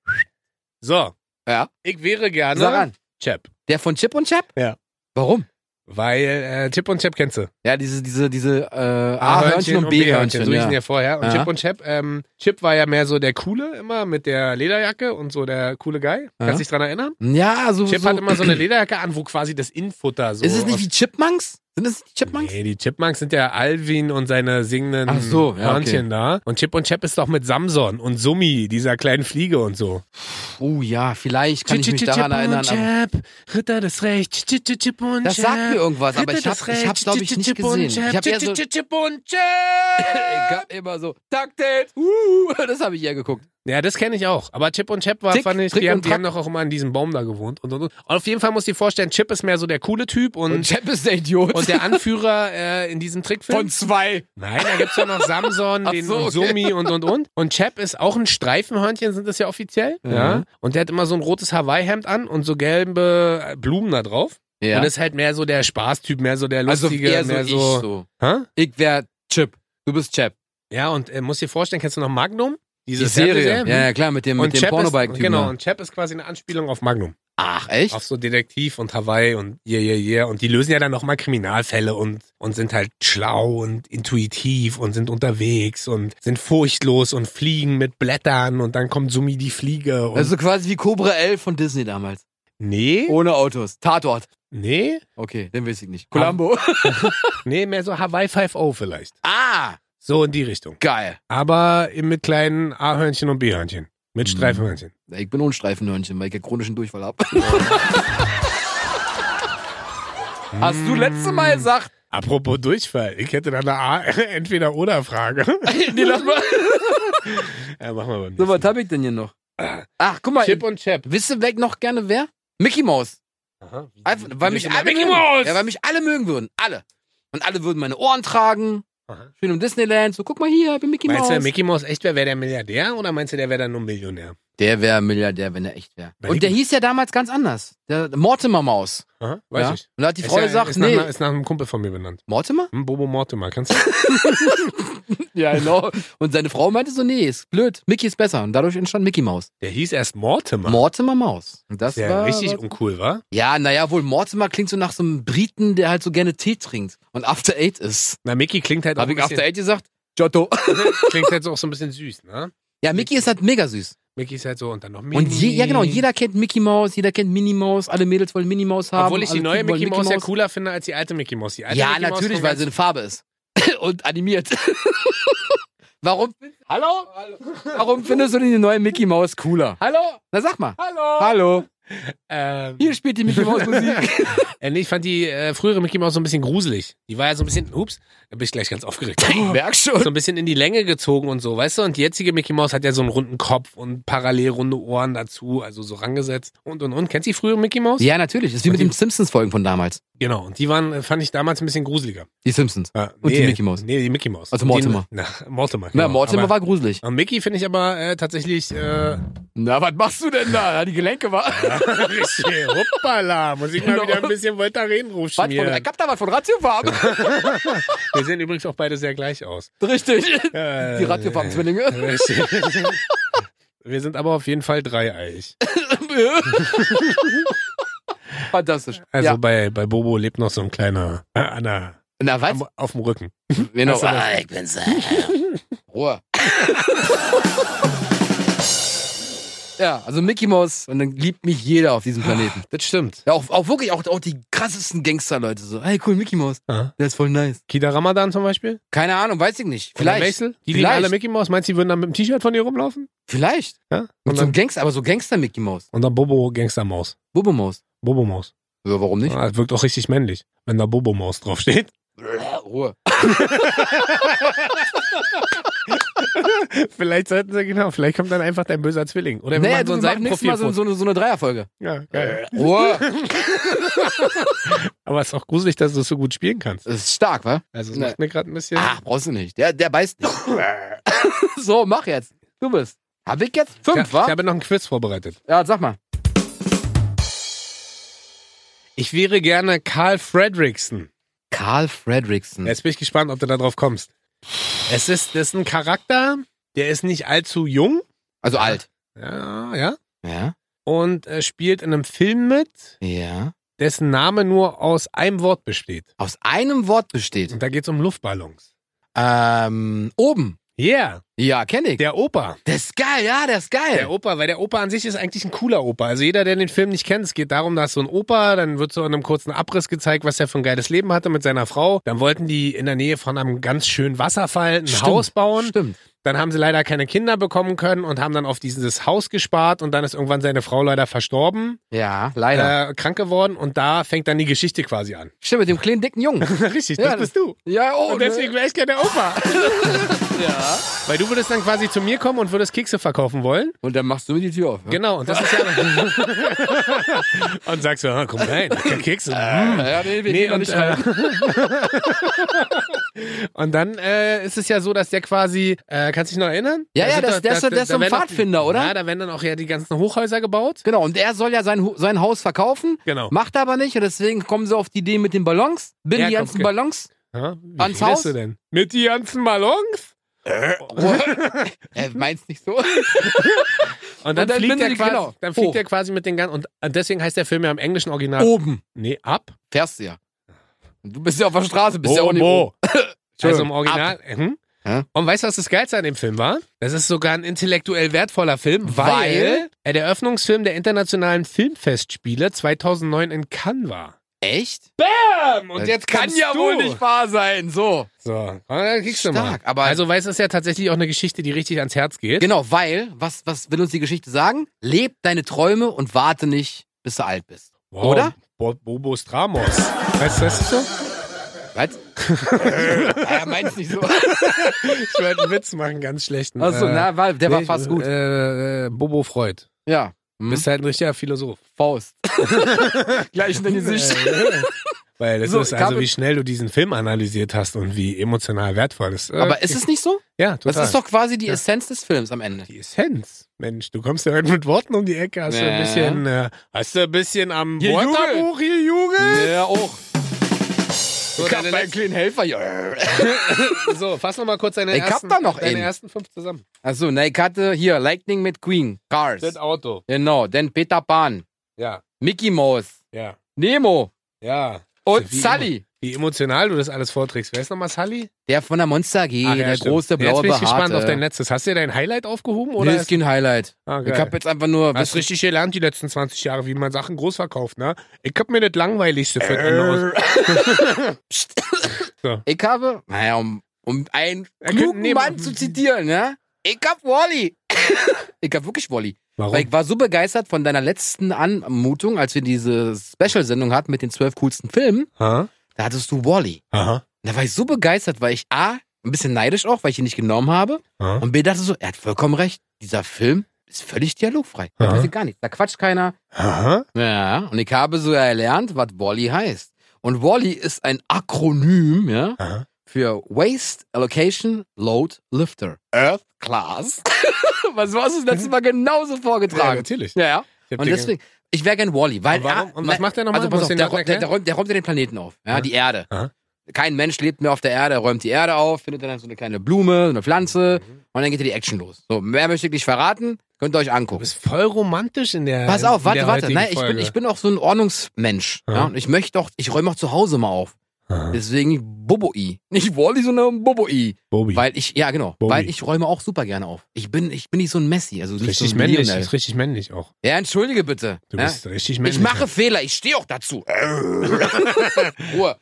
[SPEAKER 1] So.
[SPEAKER 2] Ja.
[SPEAKER 1] Ich wäre gerne
[SPEAKER 2] Sag an.
[SPEAKER 1] Chap.
[SPEAKER 2] Der von Chip und Chap?
[SPEAKER 1] Ja.
[SPEAKER 2] Warum?
[SPEAKER 1] Weil äh, Chip und Chap kennst du.
[SPEAKER 2] Ja, diese, diese, diese äh,
[SPEAKER 1] Ah,
[SPEAKER 2] A-Hörnchen und B-Hörnchen.
[SPEAKER 1] So hießen
[SPEAKER 2] Ja.
[SPEAKER 1] ja vorher. Und
[SPEAKER 2] Ja.
[SPEAKER 1] Chip und Chap, ähm, Chip war ja mehr so der Coole immer mit der Lederjacke und so der coole Guy.
[SPEAKER 2] Ja.
[SPEAKER 1] Kannst dich dran erinnern?
[SPEAKER 2] ja, so.
[SPEAKER 1] Chip
[SPEAKER 2] so
[SPEAKER 1] hat immer so eine Lederjacke an, wo quasi das Infutter so.
[SPEAKER 2] ist es nicht
[SPEAKER 1] aus-
[SPEAKER 2] wie Chipmunks? Sind es Chipmunks?
[SPEAKER 1] Nee, die Chipmunks sind ja Alvin und seine singenden
[SPEAKER 2] Ach so, ja,
[SPEAKER 1] Hörnchen da. Und Chip und Chap ist doch mit Samson und Summi, dieser kleinen Fliege und so.
[SPEAKER 2] Oh ja, vielleicht kann ich mich
[SPEAKER 1] Chip
[SPEAKER 2] daran erinnern.
[SPEAKER 1] und
[SPEAKER 2] aber-
[SPEAKER 1] Chap, Ritter des Rechts. Chip, Chip, Chip und
[SPEAKER 2] Das sagt mir irgendwas, aber
[SPEAKER 1] Ritter
[SPEAKER 2] ich habe,
[SPEAKER 1] des
[SPEAKER 2] ich hab,
[SPEAKER 1] Rechts.
[SPEAKER 2] glaube ich,
[SPEAKER 1] Chip,
[SPEAKER 2] nicht
[SPEAKER 1] Chip und
[SPEAKER 2] gesehen.
[SPEAKER 1] Chap.
[SPEAKER 2] Ich habe eher so,
[SPEAKER 1] Chip, Chip,
[SPEAKER 2] ich
[SPEAKER 1] Chip und Chap.
[SPEAKER 2] hab immer so, Taktet, uh, das habe ich eher geguckt.
[SPEAKER 1] Ja, das kenne ich auch. Aber Chip und Chap war,
[SPEAKER 2] Tick,
[SPEAKER 1] fand ich,
[SPEAKER 2] Trick
[SPEAKER 1] die, haben,
[SPEAKER 2] und
[SPEAKER 1] die haben
[SPEAKER 2] Track.
[SPEAKER 1] doch auch immer an diesem Baum da gewohnt. Und, und, und. und auf jeden Fall musst du dir vorstellen, Chip ist mehr so der coole Typ und,
[SPEAKER 2] Und Chap ist der Idiot.
[SPEAKER 1] Hm. und der Anführer äh, in diesem Trickfilm.
[SPEAKER 2] von zwei.
[SPEAKER 1] Nein, da gibt's doch noch Samson,
[SPEAKER 2] Ach
[SPEAKER 1] den
[SPEAKER 2] so, okay.
[SPEAKER 1] Sumi und und und. Und Chap ist auch ein Streifenhörnchen, sind das ja offiziell.
[SPEAKER 2] Mhm.
[SPEAKER 1] Ja. Und der hat immer so ein rotes Hawaii-Hemd an und so gelbe äh, Blumen da drauf.
[SPEAKER 2] Ja.
[SPEAKER 1] Und ist halt mehr so der Spaßtyp, mehr so der
[SPEAKER 2] also
[SPEAKER 1] Lustige,
[SPEAKER 2] eher so
[SPEAKER 1] mehr
[SPEAKER 2] ich
[SPEAKER 1] so.
[SPEAKER 2] so.
[SPEAKER 1] Hä?
[SPEAKER 2] Ich wär Chip. Du bist Chap.
[SPEAKER 1] Ja, und äh, musst dir vorstellen, kennst du noch Magnum? Diese Fernsehserie?
[SPEAKER 2] Ja, ja, klar, mit dem,
[SPEAKER 1] Und
[SPEAKER 2] mit dem
[SPEAKER 1] Chap
[SPEAKER 2] Pornobike-Typen.
[SPEAKER 1] ist, genau,
[SPEAKER 2] da.
[SPEAKER 1] und Chap ist quasi eine Anspielung auf Magnum.
[SPEAKER 2] Ach, echt?
[SPEAKER 1] Auf so Detektiv und Hawaii und yeah, yeah, yeah. Und die lösen ja dann nochmal Kriminalfälle und, und sind halt schlau und intuitiv und sind unterwegs und sind furchtlos und fliegen mit Blättern und dann kommt Sumi die Fliege und.
[SPEAKER 2] Also quasi wie Cobra 11 von Disney damals.
[SPEAKER 1] nee,
[SPEAKER 2] Ohne Autos. Tatort.
[SPEAKER 1] nee,
[SPEAKER 2] Okay, den weiß ich nicht. Columbo.
[SPEAKER 1] nee, mehr so Hawaii 5.0 vielleicht.
[SPEAKER 2] Ah,
[SPEAKER 1] So in die Richtung.
[SPEAKER 2] geil.
[SPEAKER 1] Aber eben mit kleinen A-Hörnchen und B-Hörnchen. Mit
[SPEAKER 2] Mhm.
[SPEAKER 1] Streifenhörnchen.
[SPEAKER 2] Ich bin ohne Streifenhörnchen, weil ich ja chronischen Durchfall hab. Hast du letzte Mal gesagt?
[SPEAKER 1] Apropos Durchfall, ich hätte da eine A entweder oder Frage.
[SPEAKER 2] nee, lass mal.
[SPEAKER 1] ja, machen wir beim nächsten
[SPEAKER 2] So, was
[SPEAKER 1] Mal.
[SPEAKER 2] hab ich denn hier noch? Ach, guck mal.
[SPEAKER 1] Äh. Chip
[SPEAKER 2] Chip
[SPEAKER 1] und Chap.
[SPEAKER 2] wisst ihr, wer ich noch gerne wer? Mickey Mouse.
[SPEAKER 1] Aha. Wie-
[SPEAKER 2] Einfach,
[SPEAKER 1] wie
[SPEAKER 2] weil
[SPEAKER 1] du
[SPEAKER 2] mich
[SPEAKER 1] schon mal-
[SPEAKER 2] alle mögen. Ja, weil mich alle mögen würden. Alle. Und alle würden meine Ohren tragen.
[SPEAKER 1] Aha.
[SPEAKER 2] Schön im Disneyland. So, guck mal hier, ich bin Mickey
[SPEAKER 1] Meinst du,
[SPEAKER 2] Mouse.
[SPEAKER 1] der Mickey Mouse echt wäre, wäre der Milliardär oder meinst du, der wäre dann nur Millionär?
[SPEAKER 2] Der wäre Milliardär, wenn er echt wäre.
[SPEAKER 1] Überleg
[SPEAKER 2] Und der
[SPEAKER 1] mal.
[SPEAKER 2] hieß ja damals ganz anders. Der Mortimer Maus.
[SPEAKER 1] Aha, weiß
[SPEAKER 2] ja?
[SPEAKER 1] ich.
[SPEAKER 2] Und da hat die
[SPEAKER 1] Ist
[SPEAKER 2] Frau
[SPEAKER 1] ja-
[SPEAKER 2] gesagt,
[SPEAKER 1] ist nach,
[SPEAKER 2] nee.
[SPEAKER 1] einer- ist nach einem Kumpel von mir benannt.
[SPEAKER 2] Mortimer?
[SPEAKER 1] Hm, Bobo Mortimer, kannst du?
[SPEAKER 2] Ja, genau. Und seine Frau meinte so, nee, ist blöd. Mickey ist besser. Und dadurch entstand Mickey Maus.
[SPEAKER 1] Der hieß erst Mortimer.
[SPEAKER 2] Mortimer Maus. Und das
[SPEAKER 1] ist ja
[SPEAKER 2] war.
[SPEAKER 1] richtig
[SPEAKER 2] war-
[SPEAKER 1] uncool, wa?
[SPEAKER 2] ja, naja, wohl Mortimer klingt so nach so einem Briten, der halt so gerne Tee trinkt und After Eight ist.
[SPEAKER 1] Na, Mickey klingt halt, auch
[SPEAKER 2] Hab
[SPEAKER 1] ein
[SPEAKER 2] ich After
[SPEAKER 1] bisschen,
[SPEAKER 2] Eight gesagt? Giotto.
[SPEAKER 1] klingt halt so auch so ein bisschen süß, ne?
[SPEAKER 2] Ja, Mickey ist halt mega süß.
[SPEAKER 1] Mickey ist halt so und dann noch Minnie.
[SPEAKER 2] Und je, ja genau, jeder kennt Mickey Maus, jeder kennt Minnie Maus, alle Mädels wollen Minnie Maus haben.
[SPEAKER 1] Obwohl ich die
[SPEAKER 2] alle
[SPEAKER 1] neue
[SPEAKER 2] Typen also wollen
[SPEAKER 1] Mickey Mouse ja cooler finde als die alte Mickey Mouse. Die alte
[SPEAKER 2] ja,
[SPEAKER 1] Mickey Mouse
[SPEAKER 2] natürlich,
[SPEAKER 1] kommt halt
[SPEAKER 2] weil
[SPEAKER 1] ganz-
[SPEAKER 2] sie eine Farbe ist. Und animiert. Warum? Hallo? Warum findest du denn die neue Mickey Maus cooler? Hallo? Na sag mal.
[SPEAKER 1] Hallo!
[SPEAKER 2] Hallo.
[SPEAKER 1] Ähm,
[SPEAKER 2] Hier spielt die Mickey Maus Musik.
[SPEAKER 1] äh, nee, ich fand die äh, frühere Mickey Maus so ein bisschen gruselig. Die war ja so ein bisschen, ups, da bin ich gleich ganz aufgeregt.
[SPEAKER 2] Merk schon.
[SPEAKER 1] so ein bisschen in die Länge gezogen und so, weißt du? Und die jetzige Mickey Mouse hat ja so einen runden Kopf und parallel runde Ohren dazu, also so rangesetzt und und und. Kennst du die frühere Mickey Mouse?
[SPEAKER 2] Ja, natürlich. Ist wie mit den Simpsons-Folgen von damals.
[SPEAKER 1] Genau. Und die waren, äh, fand ich damals ein bisschen gruseliger.
[SPEAKER 2] Die Simpsons.
[SPEAKER 1] Ja,
[SPEAKER 2] Und die Mickey Mouse.
[SPEAKER 1] Nee, die Mickey Mouse.
[SPEAKER 2] Also
[SPEAKER 1] Und
[SPEAKER 2] Mortimer.
[SPEAKER 1] Die, na, Mortimer.
[SPEAKER 2] Na,
[SPEAKER 1] genau.
[SPEAKER 2] Mortimer
[SPEAKER 1] aber,
[SPEAKER 2] war gruselig.
[SPEAKER 1] aber Mickey finde ich aber äh, tatsächlich äh,
[SPEAKER 2] Na, was machst du denn da? Die Gelenke war.
[SPEAKER 1] richtig. Hoppala, muss ich mal
[SPEAKER 2] Genau.
[SPEAKER 1] wieder ein bisschen Voltarenruf
[SPEAKER 2] Was von,
[SPEAKER 1] schmieren.
[SPEAKER 2] ich hab da was von Ratiofarben.
[SPEAKER 1] Wir sehen übrigens auch beide sehr gleich aus.
[SPEAKER 2] Richtig.
[SPEAKER 1] Äh,
[SPEAKER 2] Die Ratiofarben-Zwillinge.
[SPEAKER 1] richtig. Wir sind aber auf jeden Fall dreieich.
[SPEAKER 2] Fantastisch.
[SPEAKER 1] Also
[SPEAKER 2] ja.
[SPEAKER 1] bei, bei Bobo lebt noch so ein kleiner äh, an der,
[SPEAKER 2] Na, was?
[SPEAKER 1] am, auf dem Rücken.
[SPEAKER 2] Genau.
[SPEAKER 1] Hast du das-
[SPEAKER 2] Ah, ich bin's. Ruhe. ja, also Mickey Mouse und dann liebt mich jeder auf diesem Planeten.
[SPEAKER 1] Das stimmt.
[SPEAKER 2] Ja, auch, auch wirklich, auch, auch die krassesten Gangster-Leute so. Hey, cool, Mickey Mouse.
[SPEAKER 1] Aha.
[SPEAKER 2] Der ist voll nice.
[SPEAKER 1] Kida Ramadan zum Beispiel?
[SPEAKER 2] Keine Ahnung, weiß ich nicht.
[SPEAKER 1] Oder
[SPEAKER 2] Vielleicht.
[SPEAKER 1] Wechsel? Die lieben
[SPEAKER 2] Vielleicht.
[SPEAKER 1] alle Mickey Mouse. Meinst du, die würden dann mit dem T-Shirt von dir rumlaufen?
[SPEAKER 2] Vielleicht.
[SPEAKER 1] Ja?
[SPEAKER 2] Mit
[SPEAKER 1] Und,
[SPEAKER 2] so einem
[SPEAKER 1] dann,
[SPEAKER 2] Gangster, aber so Gangster-Mickey Mouse.
[SPEAKER 1] und dann Bobo Gangster Maus.
[SPEAKER 2] Bobo Maus.
[SPEAKER 1] Bobo Maus.
[SPEAKER 2] Ja, warum nicht?
[SPEAKER 1] Ah, das wirkt auch richtig männlich, wenn da Bobo Maus draufsteht.
[SPEAKER 2] Ruhe.
[SPEAKER 1] vielleicht sollten sie, genau, vielleicht kommt dann einfach dein böser Zwilling. Oder wir
[SPEAKER 2] Naja,
[SPEAKER 1] machen so
[SPEAKER 2] du,
[SPEAKER 1] ein
[SPEAKER 2] wir machen nächstes Mal so,
[SPEAKER 1] Seitenprofilfoto.
[SPEAKER 2] so, eine- so eine Dreierfolge.
[SPEAKER 1] ja, geil.
[SPEAKER 2] Ruhe.
[SPEAKER 1] Aber es ist auch gruselig, dass du es so gut spielen kannst.
[SPEAKER 2] Das ist stark, wa?
[SPEAKER 1] Also es
[SPEAKER 2] Nee.
[SPEAKER 1] macht mir gerade ein bisschen...
[SPEAKER 2] Ah, brauchst du nicht. Der, der beißt nicht. so, mach jetzt. Du bist. Hab ich jetzt fünf,
[SPEAKER 1] ich,
[SPEAKER 2] wa?
[SPEAKER 1] ich habe noch einen Quiz vorbereitet.
[SPEAKER 2] Ja, sag mal.
[SPEAKER 1] Ich wäre gerne Carl Fredrickson.
[SPEAKER 2] Carl Fredrickson.
[SPEAKER 1] Jetzt bin ich gespannt, ob du da drauf kommst. Es ist, das ist ein Charakter, der ist nicht allzu jung.
[SPEAKER 2] Also alt.
[SPEAKER 1] Ja, ja.
[SPEAKER 2] Ja.
[SPEAKER 1] Und äh, spielt in einem Film mit,
[SPEAKER 2] Ja.
[SPEAKER 1] dessen Name nur aus einem Wort besteht.
[SPEAKER 2] Aus einem Wort besteht.
[SPEAKER 1] Und da geht's um Luftballons.
[SPEAKER 2] Ähm, oben.
[SPEAKER 1] Yeah,
[SPEAKER 2] Ja, kenne ich.
[SPEAKER 1] der Opa.
[SPEAKER 2] Das ist geil, ja, das ist
[SPEAKER 1] Der
[SPEAKER 2] geil.
[SPEAKER 1] Opa, weil der Opa an sich ist eigentlich ein cooler Opa. Also jeder, der den Film nicht kennt, es geht darum, dass so ein Opa, dann wird so in einem kurzen Abriss gezeigt, was er für ein geiles Leben hatte mit seiner Frau. Dann wollten die in der Nähe von einem ganz schönen Wasserfall ein
[SPEAKER 2] Stimmt,
[SPEAKER 1] Haus bauen.
[SPEAKER 2] Stimmt.
[SPEAKER 1] Dann haben sie leider keine Kinder bekommen können und haben dann auf dieses Haus gespart und dann ist irgendwann seine Frau leider verstorben,
[SPEAKER 2] Ja, leider.
[SPEAKER 1] äh, krank geworden und da fängt dann die Geschichte quasi an.
[SPEAKER 2] Stimmt, mit dem kleinen, dicken Jungen.
[SPEAKER 1] Richtig,
[SPEAKER 2] Ja,
[SPEAKER 1] das bist du.
[SPEAKER 2] ja, oh,
[SPEAKER 1] Und deswegen wäre ich gerne Opa.
[SPEAKER 2] ne? ja.
[SPEAKER 1] Weil du würdest dann quasi zu mir kommen und würdest Kekse verkaufen wollen.
[SPEAKER 2] Und dann machst du mir die Tür auf. Ja,
[SPEAKER 1] Genau, und das ist ja. und sagst du, ah, komm rein, Kekse. Mm.
[SPEAKER 2] ja nee, wir
[SPEAKER 1] Nee,
[SPEAKER 2] gehen doch
[SPEAKER 1] und,
[SPEAKER 2] nicht
[SPEAKER 1] äh,
[SPEAKER 2] rein.
[SPEAKER 1] und dann äh, ist es ja so, dass der quasi, äh, kannst du dich noch erinnern?
[SPEAKER 2] Ja,
[SPEAKER 1] Da
[SPEAKER 2] ja,
[SPEAKER 1] sind
[SPEAKER 2] das-
[SPEAKER 1] doch-
[SPEAKER 2] der ist
[SPEAKER 1] da-
[SPEAKER 2] doch- der
[SPEAKER 1] da
[SPEAKER 2] ist so ein
[SPEAKER 1] werden doch-
[SPEAKER 2] Pfadfinder, oder?
[SPEAKER 1] Ja, da werden dann auch ja die ganzen Hochhäuser gebaut.
[SPEAKER 2] Genau, und er soll ja sein, Hu- sein Haus verkaufen,
[SPEAKER 1] Genau.
[SPEAKER 2] macht er aber nicht und deswegen kommen sie auf die Idee mit den Ballons, binden
[SPEAKER 1] Ja,
[SPEAKER 2] die
[SPEAKER 1] kommt
[SPEAKER 2] ganzen
[SPEAKER 1] ge-
[SPEAKER 2] Ballons.
[SPEAKER 1] Ja, wie
[SPEAKER 2] Ans
[SPEAKER 1] viel isst
[SPEAKER 2] Haus?
[SPEAKER 1] du denn? Mit die ganzen Ballons?
[SPEAKER 2] äh, meinst nicht so?
[SPEAKER 1] Und dann,
[SPEAKER 2] dann
[SPEAKER 1] fliegt,
[SPEAKER 2] binden
[SPEAKER 1] er
[SPEAKER 2] die-
[SPEAKER 1] quasi,
[SPEAKER 2] genau,
[SPEAKER 1] dann fliegt
[SPEAKER 2] hoch.
[SPEAKER 1] er quasi mit den ganzen. Und äh, deswegen heißt der Film ja im englischen Original.
[SPEAKER 2] Oben.
[SPEAKER 1] Nee, ab.
[SPEAKER 2] Fährst du ja. Und du bist ja auf der Straße, bist ja auch nicht oben.
[SPEAKER 1] Also im
[SPEAKER 2] Entschuldigung.
[SPEAKER 1] Original. Hm?
[SPEAKER 2] Ja.
[SPEAKER 1] Und weißt du, was das Geilste an dem Film war? Das ist sogar ein intellektuell wertvoller Film, weil,
[SPEAKER 2] Weil?
[SPEAKER 1] er der Öffnungsfilm der internationalen Filmfestspiele 2009 in Cannes war.
[SPEAKER 2] Echt? Äh,
[SPEAKER 1] Bam! Und
[SPEAKER 2] Das
[SPEAKER 1] jetzt
[SPEAKER 2] Ähm, kann
[SPEAKER 1] kannst
[SPEAKER 2] ja
[SPEAKER 1] du.
[SPEAKER 2] wohl nicht wahr sein. So.
[SPEAKER 1] So, dann kriegst du mal.
[SPEAKER 2] Stark, aber-
[SPEAKER 1] also, weißt du, es ist ja tatsächlich auch eine Geschichte, die richtig ans Herz geht.
[SPEAKER 2] Genau, weil, was, was will uns die Geschichte sagen? Leb deine Träume und warte nicht, bis du alt bist.
[SPEAKER 1] Wow.
[SPEAKER 2] Oder?
[SPEAKER 1] Bo Bobo Stramos. Weißt du, das ist so?
[SPEAKER 2] Was? Ah, er meint's nicht so.
[SPEAKER 1] Ich wollte einen Witz machen, ganz schlechten.
[SPEAKER 2] Achso,
[SPEAKER 1] Äh,
[SPEAKER 2] na, weil der war
[SPEAKER 1] nee,
[SPEAKER 2] fast gut.
[SPEAKER 1] Äh, äh, Bobo Freud.
[SPEAKER 2] Ja. Hm?
[SPEAKER 1] Bist halt ein richtiger Philosoph.
[SPEAKER 2] Faust. Gleich in dein Gesicht.
[SPEAKER 1] Äh, Weil das
[SPEAKER 2] So,
[SPEAKER 1] ist
[SPEAKER 2] ich habe-
[SPEAKER 1] also, wie schnell du diesen Film analysiert hast und wie emotional wertvoll das ist. Äh,
[SPEAKER 2] Aber ist es nicht so?
[SPEAKER 1] ja, total.
[SPEAKER 2] Das ist doch quasi die
[SPEAKER 1] Ja.
[SPEAKER 2] Essenz des Films am Ende.
[SPEAKER 1] die Essenz. Mensch, du kommst ja heute mit Worten um die Ecke. Hast du ein
[SPEAKER 2] Nee.
[SPEAKER 1] bisschen, äh, hast du ein bisschen am
[SPEAKER 2] Hier,
[SPEAKER 1] Wörterbuch hier, Jugend?
[SPEAKER 2] Ja, auch.
[SPEAKER 1] So,
[SPEAKER 2] ich hab
[SPEAKER 1] deine
[SPEAKER 2] meinen kleinen Helfer hier.
[SPEAKER 1] letzten- so, fass nochmal kurz deine,
[SPEAKER 2] Ich hab
[SPEAKER 1] ersten,
[SPEAKER 2] da noch
[SPEAKER 1] deine
[SPEAKER 2] einen.
[SPEAKER 1] ersten fünf zusammen.
[SPEAKER 2] Achso, na, ich hatte hier Lightning mit Queen, Cars.
[SPEAKER 1] Das Auto.
[SPEAKER 2] Genau, dann Peter Pan,
[SPEAKER 1] Ja,
[SPEAKER 2] Mickey Mouse,
[SPEAKER 1] ja,
[SPEAKER 2] Nemo
[SPEAKER 1] ja.
[SPEAKER 2] und
[SPEAKER 1] Wie
[SPEAKER 2] Sully.
[SPEAKER 1] Wie emotional du das alles vorträgst. Wer ist nochmal Sully?
[SPEAKER 2] Der von der Monster AG,
[SPEAKER 1] Ach, Ah, ja,
[SPEAKER 2] der
[SPEAKER 1] stimmt.
[SPEAKER 2] große blaue
[SPEAKER 1] Jetzt bin ich
[SPEAKER 2] Behaarte.
[SPEAKER 1] gespannt auf dein letztes. Hast du dir dein Highlight aufgehoben?
[SPEAKER 2] Nee,
[SPEAKER 1] Oder
[SPEAKER 2] ist kein Highlight.
[SPEAKER 1] Ah,
[SPEAKER 2] Ich
[SPEAKER 1] geil.
[SPEAKER 2] hab jetzt einfach nur...
[SPEAKER 1] Hast richtig gelernt die letzten 20 Jahre, wie man Sachen groß verkauft, ne? Ich hab mir das Langweiligste für den anderen
[SPEAKER 2] Äh. Psst.
[SPEAKER 1] So.
[SPEAKER 2] Ich habe, naja, um, um einen
[SPEAKER 1] Er könnte
[SPEAKER 2] klugen
[SPEAKER 1] neben-
[SPEAKER 2] Mann zu zitieren, ja? Ich hab Wally. ich hab wirklich Wally. Weil
[SPEAKER 1] Warum?
[SPEAKER 2] ich war so begeistert von deiner letzten Anmutung, als wir diese Special-Sendung hatten mit den zwölf coolsten Filmen.
[SPEAKER 1] Ha?
[SPEAKER 2] Da hattest du Wally.
[SPEAKER 1] Aha.
[SPEAKER 2] Da war ich so begeistert, weil ich A, ein bisschen neidisch auch, weil ich ihn nicht genommen habe.
[SPEAKER 1] Aha.
[SPEAKER 2] Und B, dachte so, er hat vollkommen recht. Dieser Film ist völlig dialogfrei. Da
[SPEAKER 1] Aha.
[SPEAKER 2] passiert gar nichts. Da quatscht keiner.
[SPEAKER 1] Aha.
[SPEAKER 2] Ja, und ich habe so erlernt, was Wally heißt. Und Wally ist ein Akronym, ja,
[SPEAKER 1] Aha.
[SPEAKER 2] für Waste Allocation Load Lifter. Earth Class. Was du hast es letztes Mal genauso
[SPEAKER 1] Ja,
[SPEAKER 2] vorgetragen.
[SPEAKER 1] natürlich.
[SPEAKER 2] Ja, ja.
[SPEAKER 1] Ich hab
[SPEAKER 2] Und
[SPEAKER 1] dir-
[SPEAKER 2] deswegen, ich wäre gern Wally, weil.
[SPEAKER 1] Und warum?
[SPEAKER 2] ah,
[SPEAKER 1] Und was
[SPEAKER 2] na,
[SPEAKER 1] macht der nochmal?
[SPEAKER 2] Also pass
[SPEAKER 1] Musst
[SPEAKER 2] auf,
[SPEAKER 1] du den
[SPEAKER 2] der,
[SPEAKER 1] Leuten
[SPEAKER 2] räumt- der, der, räumt, der räumt ja den Planeten auf. Ja,
[SPEAKER 1] Ja.
[SPEAKER 2] die Erde.
[SPEAKER 1] Aha.
[SPEAKER 2] Kein Mensch lebt mehr auf der Erde, er räumt die Erde auf, findet dann so eine kleine Blume, so eine Pflanze
[SPEAKER 1] Mhm.
[SPEAKER 2] und dann geht ja die Action los. So, mehr möchte ich nicht verraten, könnt ihr euch
[SPEAKER 1] Du
[SPEAKER 2] angucken.
[SPEAKER 1] bist voll romantisch in der.
[SPEAKER 2] Pass auf,
[SPEAKER 1] in
[SPEAKER 2] warte,
[SPEAKER 1] der
[SPEAKER 2] warte.
[SPEAKER 1] heutigen
[SPEAKER 2] Nein, ich bin,
[SPEAKER 1] Folge.
[SPEAKER 2] ich bin auch so ein Ordnungsmensch. Ja.
[SPEAKER 1] Ja.
[SPEAKER 2] Und ich möchte auch, ich räume auch zu Hause mal auf.
[SPEAKER 1] Aha.
[SPEAKER 2] Deswegen Boboi. Nicht Wally, sondern Boboi.
[SPEAKER 1] Bobby.
[SPEAKER 2] Weil ich, ja genau,
[SPEAKER 1] Boboi.
[SPEAKER 2] weil ich räume auch super gerne auf. Ich bin, ich bin nicht so ein Messi, also nicht
[SPEAKER 1] richtig
[SPEAKER 2] so ein
[SPEAKER 1] männlich.
[SPEAKER 2] Lionel.
[SPEAKER 1] Ist ne? richtig männlich auch.
[SPEAKER 2] Ja, entschuldige bitte.
[SPEAKER 1] Du
[SPEAKER 2] ja?
[SPEAKER 1] bist richtig männlich. ne?
[SPEAKER 2] Ich mache Fehler, ich stehe auch dazu. Ruhe.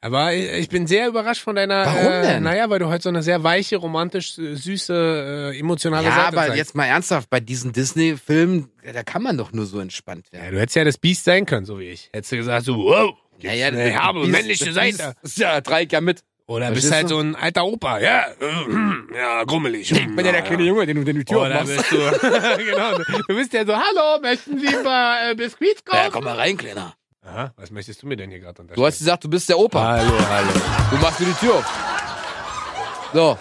[SPEAKER 1] Aber ich- ich bin sehr überrascht von deiner.
[SPEAKER 2] Warum
[SPEAKER 1] äh,
[SPEAKER 2] denn?
[SPEAKER 1] Naja, weil du heute so eine sehr weiche, romantisch, äh, süße, äh, emotionale
[SPEAKER 2] Ja,
[SPEAKER 1] Seite
[SPEAKER 2] aber
[SPEAKER 1] zeigst.
[SPEAKER 2] jetzt mal ernsthaft, bei diesen Disney-Filmen, da kann man doch nur so entspannt
[SPEAKER 1] Ja,
[SPEAKER 2] werden.
[SPEAKER 1] du hättest ja das Biest sein können, so wie ich. Hättest du gesagt, so, wow,
[SPEAKER 2] Ja, ja,
[SPEAKER 1] ich habe
[SPEAKER 2] Biest-
[SPEAKER 1] männliche
[SPEAKER 2] Biest-
[SPEAKER 1] Seite.
[SPEAKER 2] ist Ja, Dreieck ja mit.
[SPEAKER 1] Oder
[SPEAKER 2] Verstehst
[SPEAKER 1] bist halt
[SPEAKER 2] du?
[SPEAKER 1] so ein alter Opa, ja, äh, ja, grummelig. Ich
[SPEAKER 2] Wenn ja Oh, der kleine Junge, den du, den du die Tür
[SPEAKER 1] Oder
[SPEAKER 2] aufmachst.
[SPEAKER 1] bist du, genau, du bist ja so, hallo, möchten Sie ein paar äh, Biskuits
[SPEAKER 2] Ja,
[SPEAKER 1] kaufen?
[SPEAKER 2] komm mal rein, Kleiner.
[SPEAKER 1] Aha, was möchtest du mir denn hier gerade unterstellen?
[SPEAKER 2] Du hast gesagt, du bist der Opa.
[SPEAKER 1] hallo, hallo.
[SPEAKER 2] Du machst mir die Tür auf. So,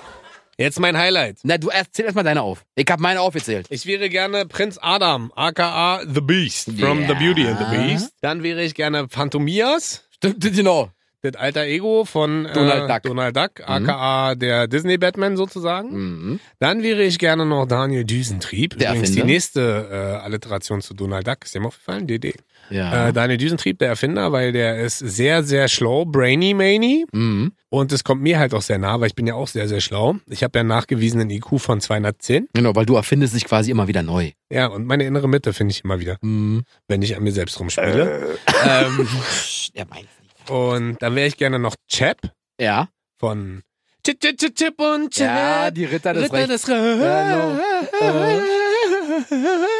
[SPEAKER 1] Jetzt mein Highlight.
[SPEAKER 2] na du erzähl erstmal deine auf. Ich habe meine aufgezählt.
[SPEAKER 1] Ich wäre gerne Prinz Adam, aka The Beast, from
[SPEAKER 2] Ja.
[SPEAKER 1] The Beauty and the Beast. Dann wäre ich gerne Phantomias.
[SPEAKER 2] Stimmt, genau.
[SPEAKER 1] Das alter Ego von äh,
[SPEAKER 2] Donald Duck.
[SPEAKER 1] Donald Duck, aka der Disney-Batman sozusagen.
[SPEAKER 2] Mhm.
[SPEAKER 1] Dann wäre ich gerne noch Daniel Düsentrieb.
[SPEAKER 2] Der
[SPEAKER 1] Übrigens die
[SPEAKER 2] Erfinder.
[SPEAKER 1] nächste äh, Alliteration zu Donald Duck. Ist dir mal aufgefallen? DD.
[SPEAKER 2] Ja.
[SPEAKER 1] Äh, Daniel Düsentrieb, der Erfinder, weil der ist sehr, sehr schlau, brainy many.
[SPEAKER 2] mhm.
[SPEAKER 1] Und es kommt mir halt auch sehr nah, weil ich bin ja auch sehr, sehr schlau. Ich habe ja einen nachgewiesenen IQ von 210.
[SPEAKER 2] Genau, weil du erfindest dich quasi immer wieder neu.
[SPEAKER 1] Ja, und meine innere Mitte finde ich immer wieder,
[SPEAKER 2] Mhm.
[SPEAKER 1] wenn ich an mir selbst rumspiele.
[SPEAKER 2] ähm, pff, er meint's nicht.
[SPEAKER 1] Und dann wäre ich gerne noch Chap
[SPEAKER 2] Ja.
[SPEAKER 1] von Chip, Chip, Chip, Chip und Chap.
[SPEAKER 2] Ja, die Ritter des Rechts.
[SPEAKER 1] des Rechts.
[SPEAKER 2] Genau.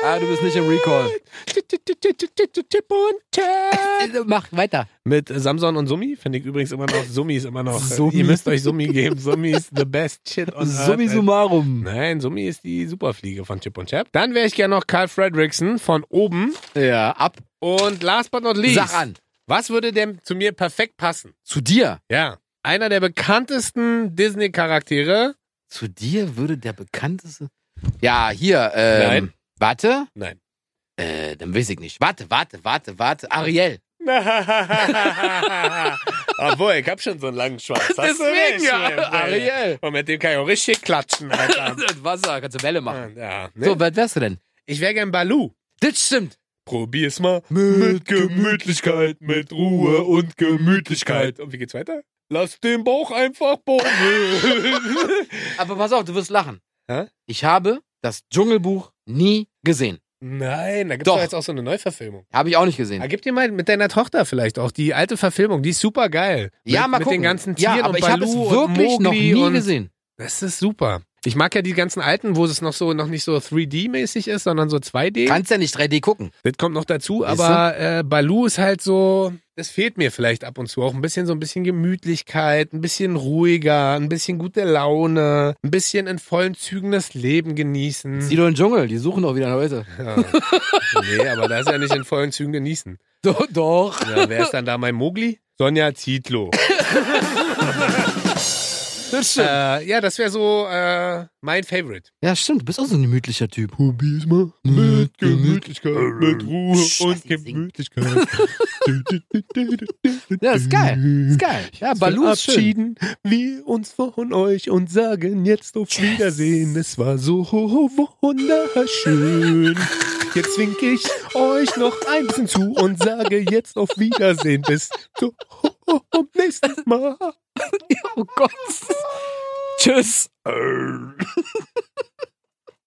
[SPEAKER 2] Ah, du bist nicht im Recall.
[SPEAKER 1] Chip, Chip, Chip, Chip, Chip, Chip, Chip und Chap.
[SPEAKER 2] Äh, Mach weiter.
[SPEAKER 1] Mit Samson und Summi finde ich übrigens immer noch, Summi ist immer noch,
[SPEAKER 2] Summi.
[SPEAKER 1] ihr müsst euch Summi geben, Summi ist the best shit on
[SPEAKER 2] Summi
[SPEAKER 1] earth.
[SPEAKER 2] summarum.
[SPEAKER 1] Nein, Summi ist die Superfliege von Chip und Chap. Dann wäre ich gerne noch Carl Fredrickson von oben.
[SPEAKER 2] Ja, ab.
[SPEAKER 1] Und last but not least,
[SPEAKER 2] Sag an.
[SPEAKER 1] was würde denn zu mir perfekt passen?
[SPEAKER 2] Zu dir.
[SPEAKER 1] Ja, einer der bekanntesten Disney-Charaktere.
[SPEAKER 2] Zu dir würde der bekannteste. Ja, hier. Ähm,
[SPEAKER 1] Nein.
[SPEAKER 2] Warte.
[SPEAKER 1] Nein.
[SPEAKER 2] Äh, dann weiß ich nicht. Warte, warte, warte, warte. Ariel.
[SPEAKER 1] Obwohl, ich hab schon so einen langen Schwanz. Hast du
[SPEAKER 2] Deswegen
[SPEAKER 1] nicht,
[SPEAKER 2] ja.
[SPEAKER 1] Schwefel?
[SPEAKER 2] Ariel.
[SPEAKER 1] Und mit dem kann ich auch richtig klatschen, Alter.
[SPEAKER 2] Das Wasser, kannst du Welle machen.
[SPEAKER 1] ja, ne?
[SPEAKER 2] So, was wärst du denn?
[SPEAKER 1] ich wäre gern Balu.
[SPEAKER 2] Das stimmt.
[SPEAKER 1] Probier's mal
[SPEAKER 2] Mit
[SPEAKER 1] Gemütlichkeit, mit Ruhe und Gemütlichkeit. Und wie geht's weiter? Lass den Bauch einfach baumeln.
[SPEAKER 2] Aber pass auf, du wirst lachen.
[SPEAKER 1] Hä?
[SPEAKER 2] Ich habe das Dschungelbuch nie gesehen.
[SPEAKER 1] Nein, da gibt's
[SPEAKER 2] Doch.
[SPEAKER 1] doch. jetzt auch so eine Neuverfilmung.
[SPEAKER 2] Habe ich auch nicht gesehen.
[SPEAKER 1] Ah, Gib dir mal mit deiner Tochter vielleicht auch die alte Verfilmung, die ist super geil.
[SPEAKER 2] ja,
[SPEAKER 1] mit,
[SPEAKER 2] mal
[SPEAKER 1] mit
[SPEAKER 2] gucken.
[SPEAKER 1] den ganzen Tieren
[SPEAKER 2] ja, aber
[SPEAKER 1] und
[SPEAKER 2] ich habe es
[SPEAKER 1] Baloo und
[SPEAKER 2] wirklich noch
[SPEAKER 1] Mowgli
[SPEAKER 2] nie
[SPEAKER 1] und
[SPEAKER 2] gesehen.
[SPEAKER 1] Das ist super. Ich mag ja die ganzen alten, wo es noch so noch nicht so 3D-mäßig ist, sondern so 2D.
[SPEAKER 2] Kannst ja nicht 3D gucken.
[SPEAKER 1] das kommt noch dazu,
[SPEAKER 2] Siehst du?
[SPEAKER 1] aber äh, Balu ist halt so, das fehlt mir vielleicht ab und zu auch ein bisschen so ein bisschen Gemütlichkeit, ein bisschen ruhiger, ein bisschen gute Laune, ein bisschen in vollen Zügen das Leben genießen.
[SPEAKER 2] Sieh doch in den Dschungel, die suchen doch wieder Leute.
[SPEAKER 1] ja. Nee, aber da ist ja nicht in vollen Zügen genießen.
[SPEAKER 2] Doch, doch.
[SPEAKER 1] Ja, wer ist dann da mein Mogli? Sonja Zietlow.
[SPEAKER 2] Das stimmt.
[SPEAKER 1] äh, ja, das wäre so äh, mein Favorite.
[SPEAKER 2] Ja, stimmt, du bist auch so ein gemütlicher Typ.
[SPEAKER 1] Probier's mal
[SPEAKER 2] mit Gemütlichkeit,
[SPEAKER 1] mit Ruhe
[SPEAKER 2] Psst, und lass ihn singen.
[SPEAKER 1] Gemütlichkeit.
[SPEAKER 2] Ja, ist geil. Ist geil. Ja, Balu ist schön.
[SPEAKER 1] verabschieden wir uns von euch und sagen jetzt auf Wiedersehen. Es war so wunderschön. Jetzt winke ich euch noch ein bisschen zu und sage jetzt auf Wiedersehen. Bis zum nächsten Mal.
[SPEAKER 2] Oh Gott. Tschüss.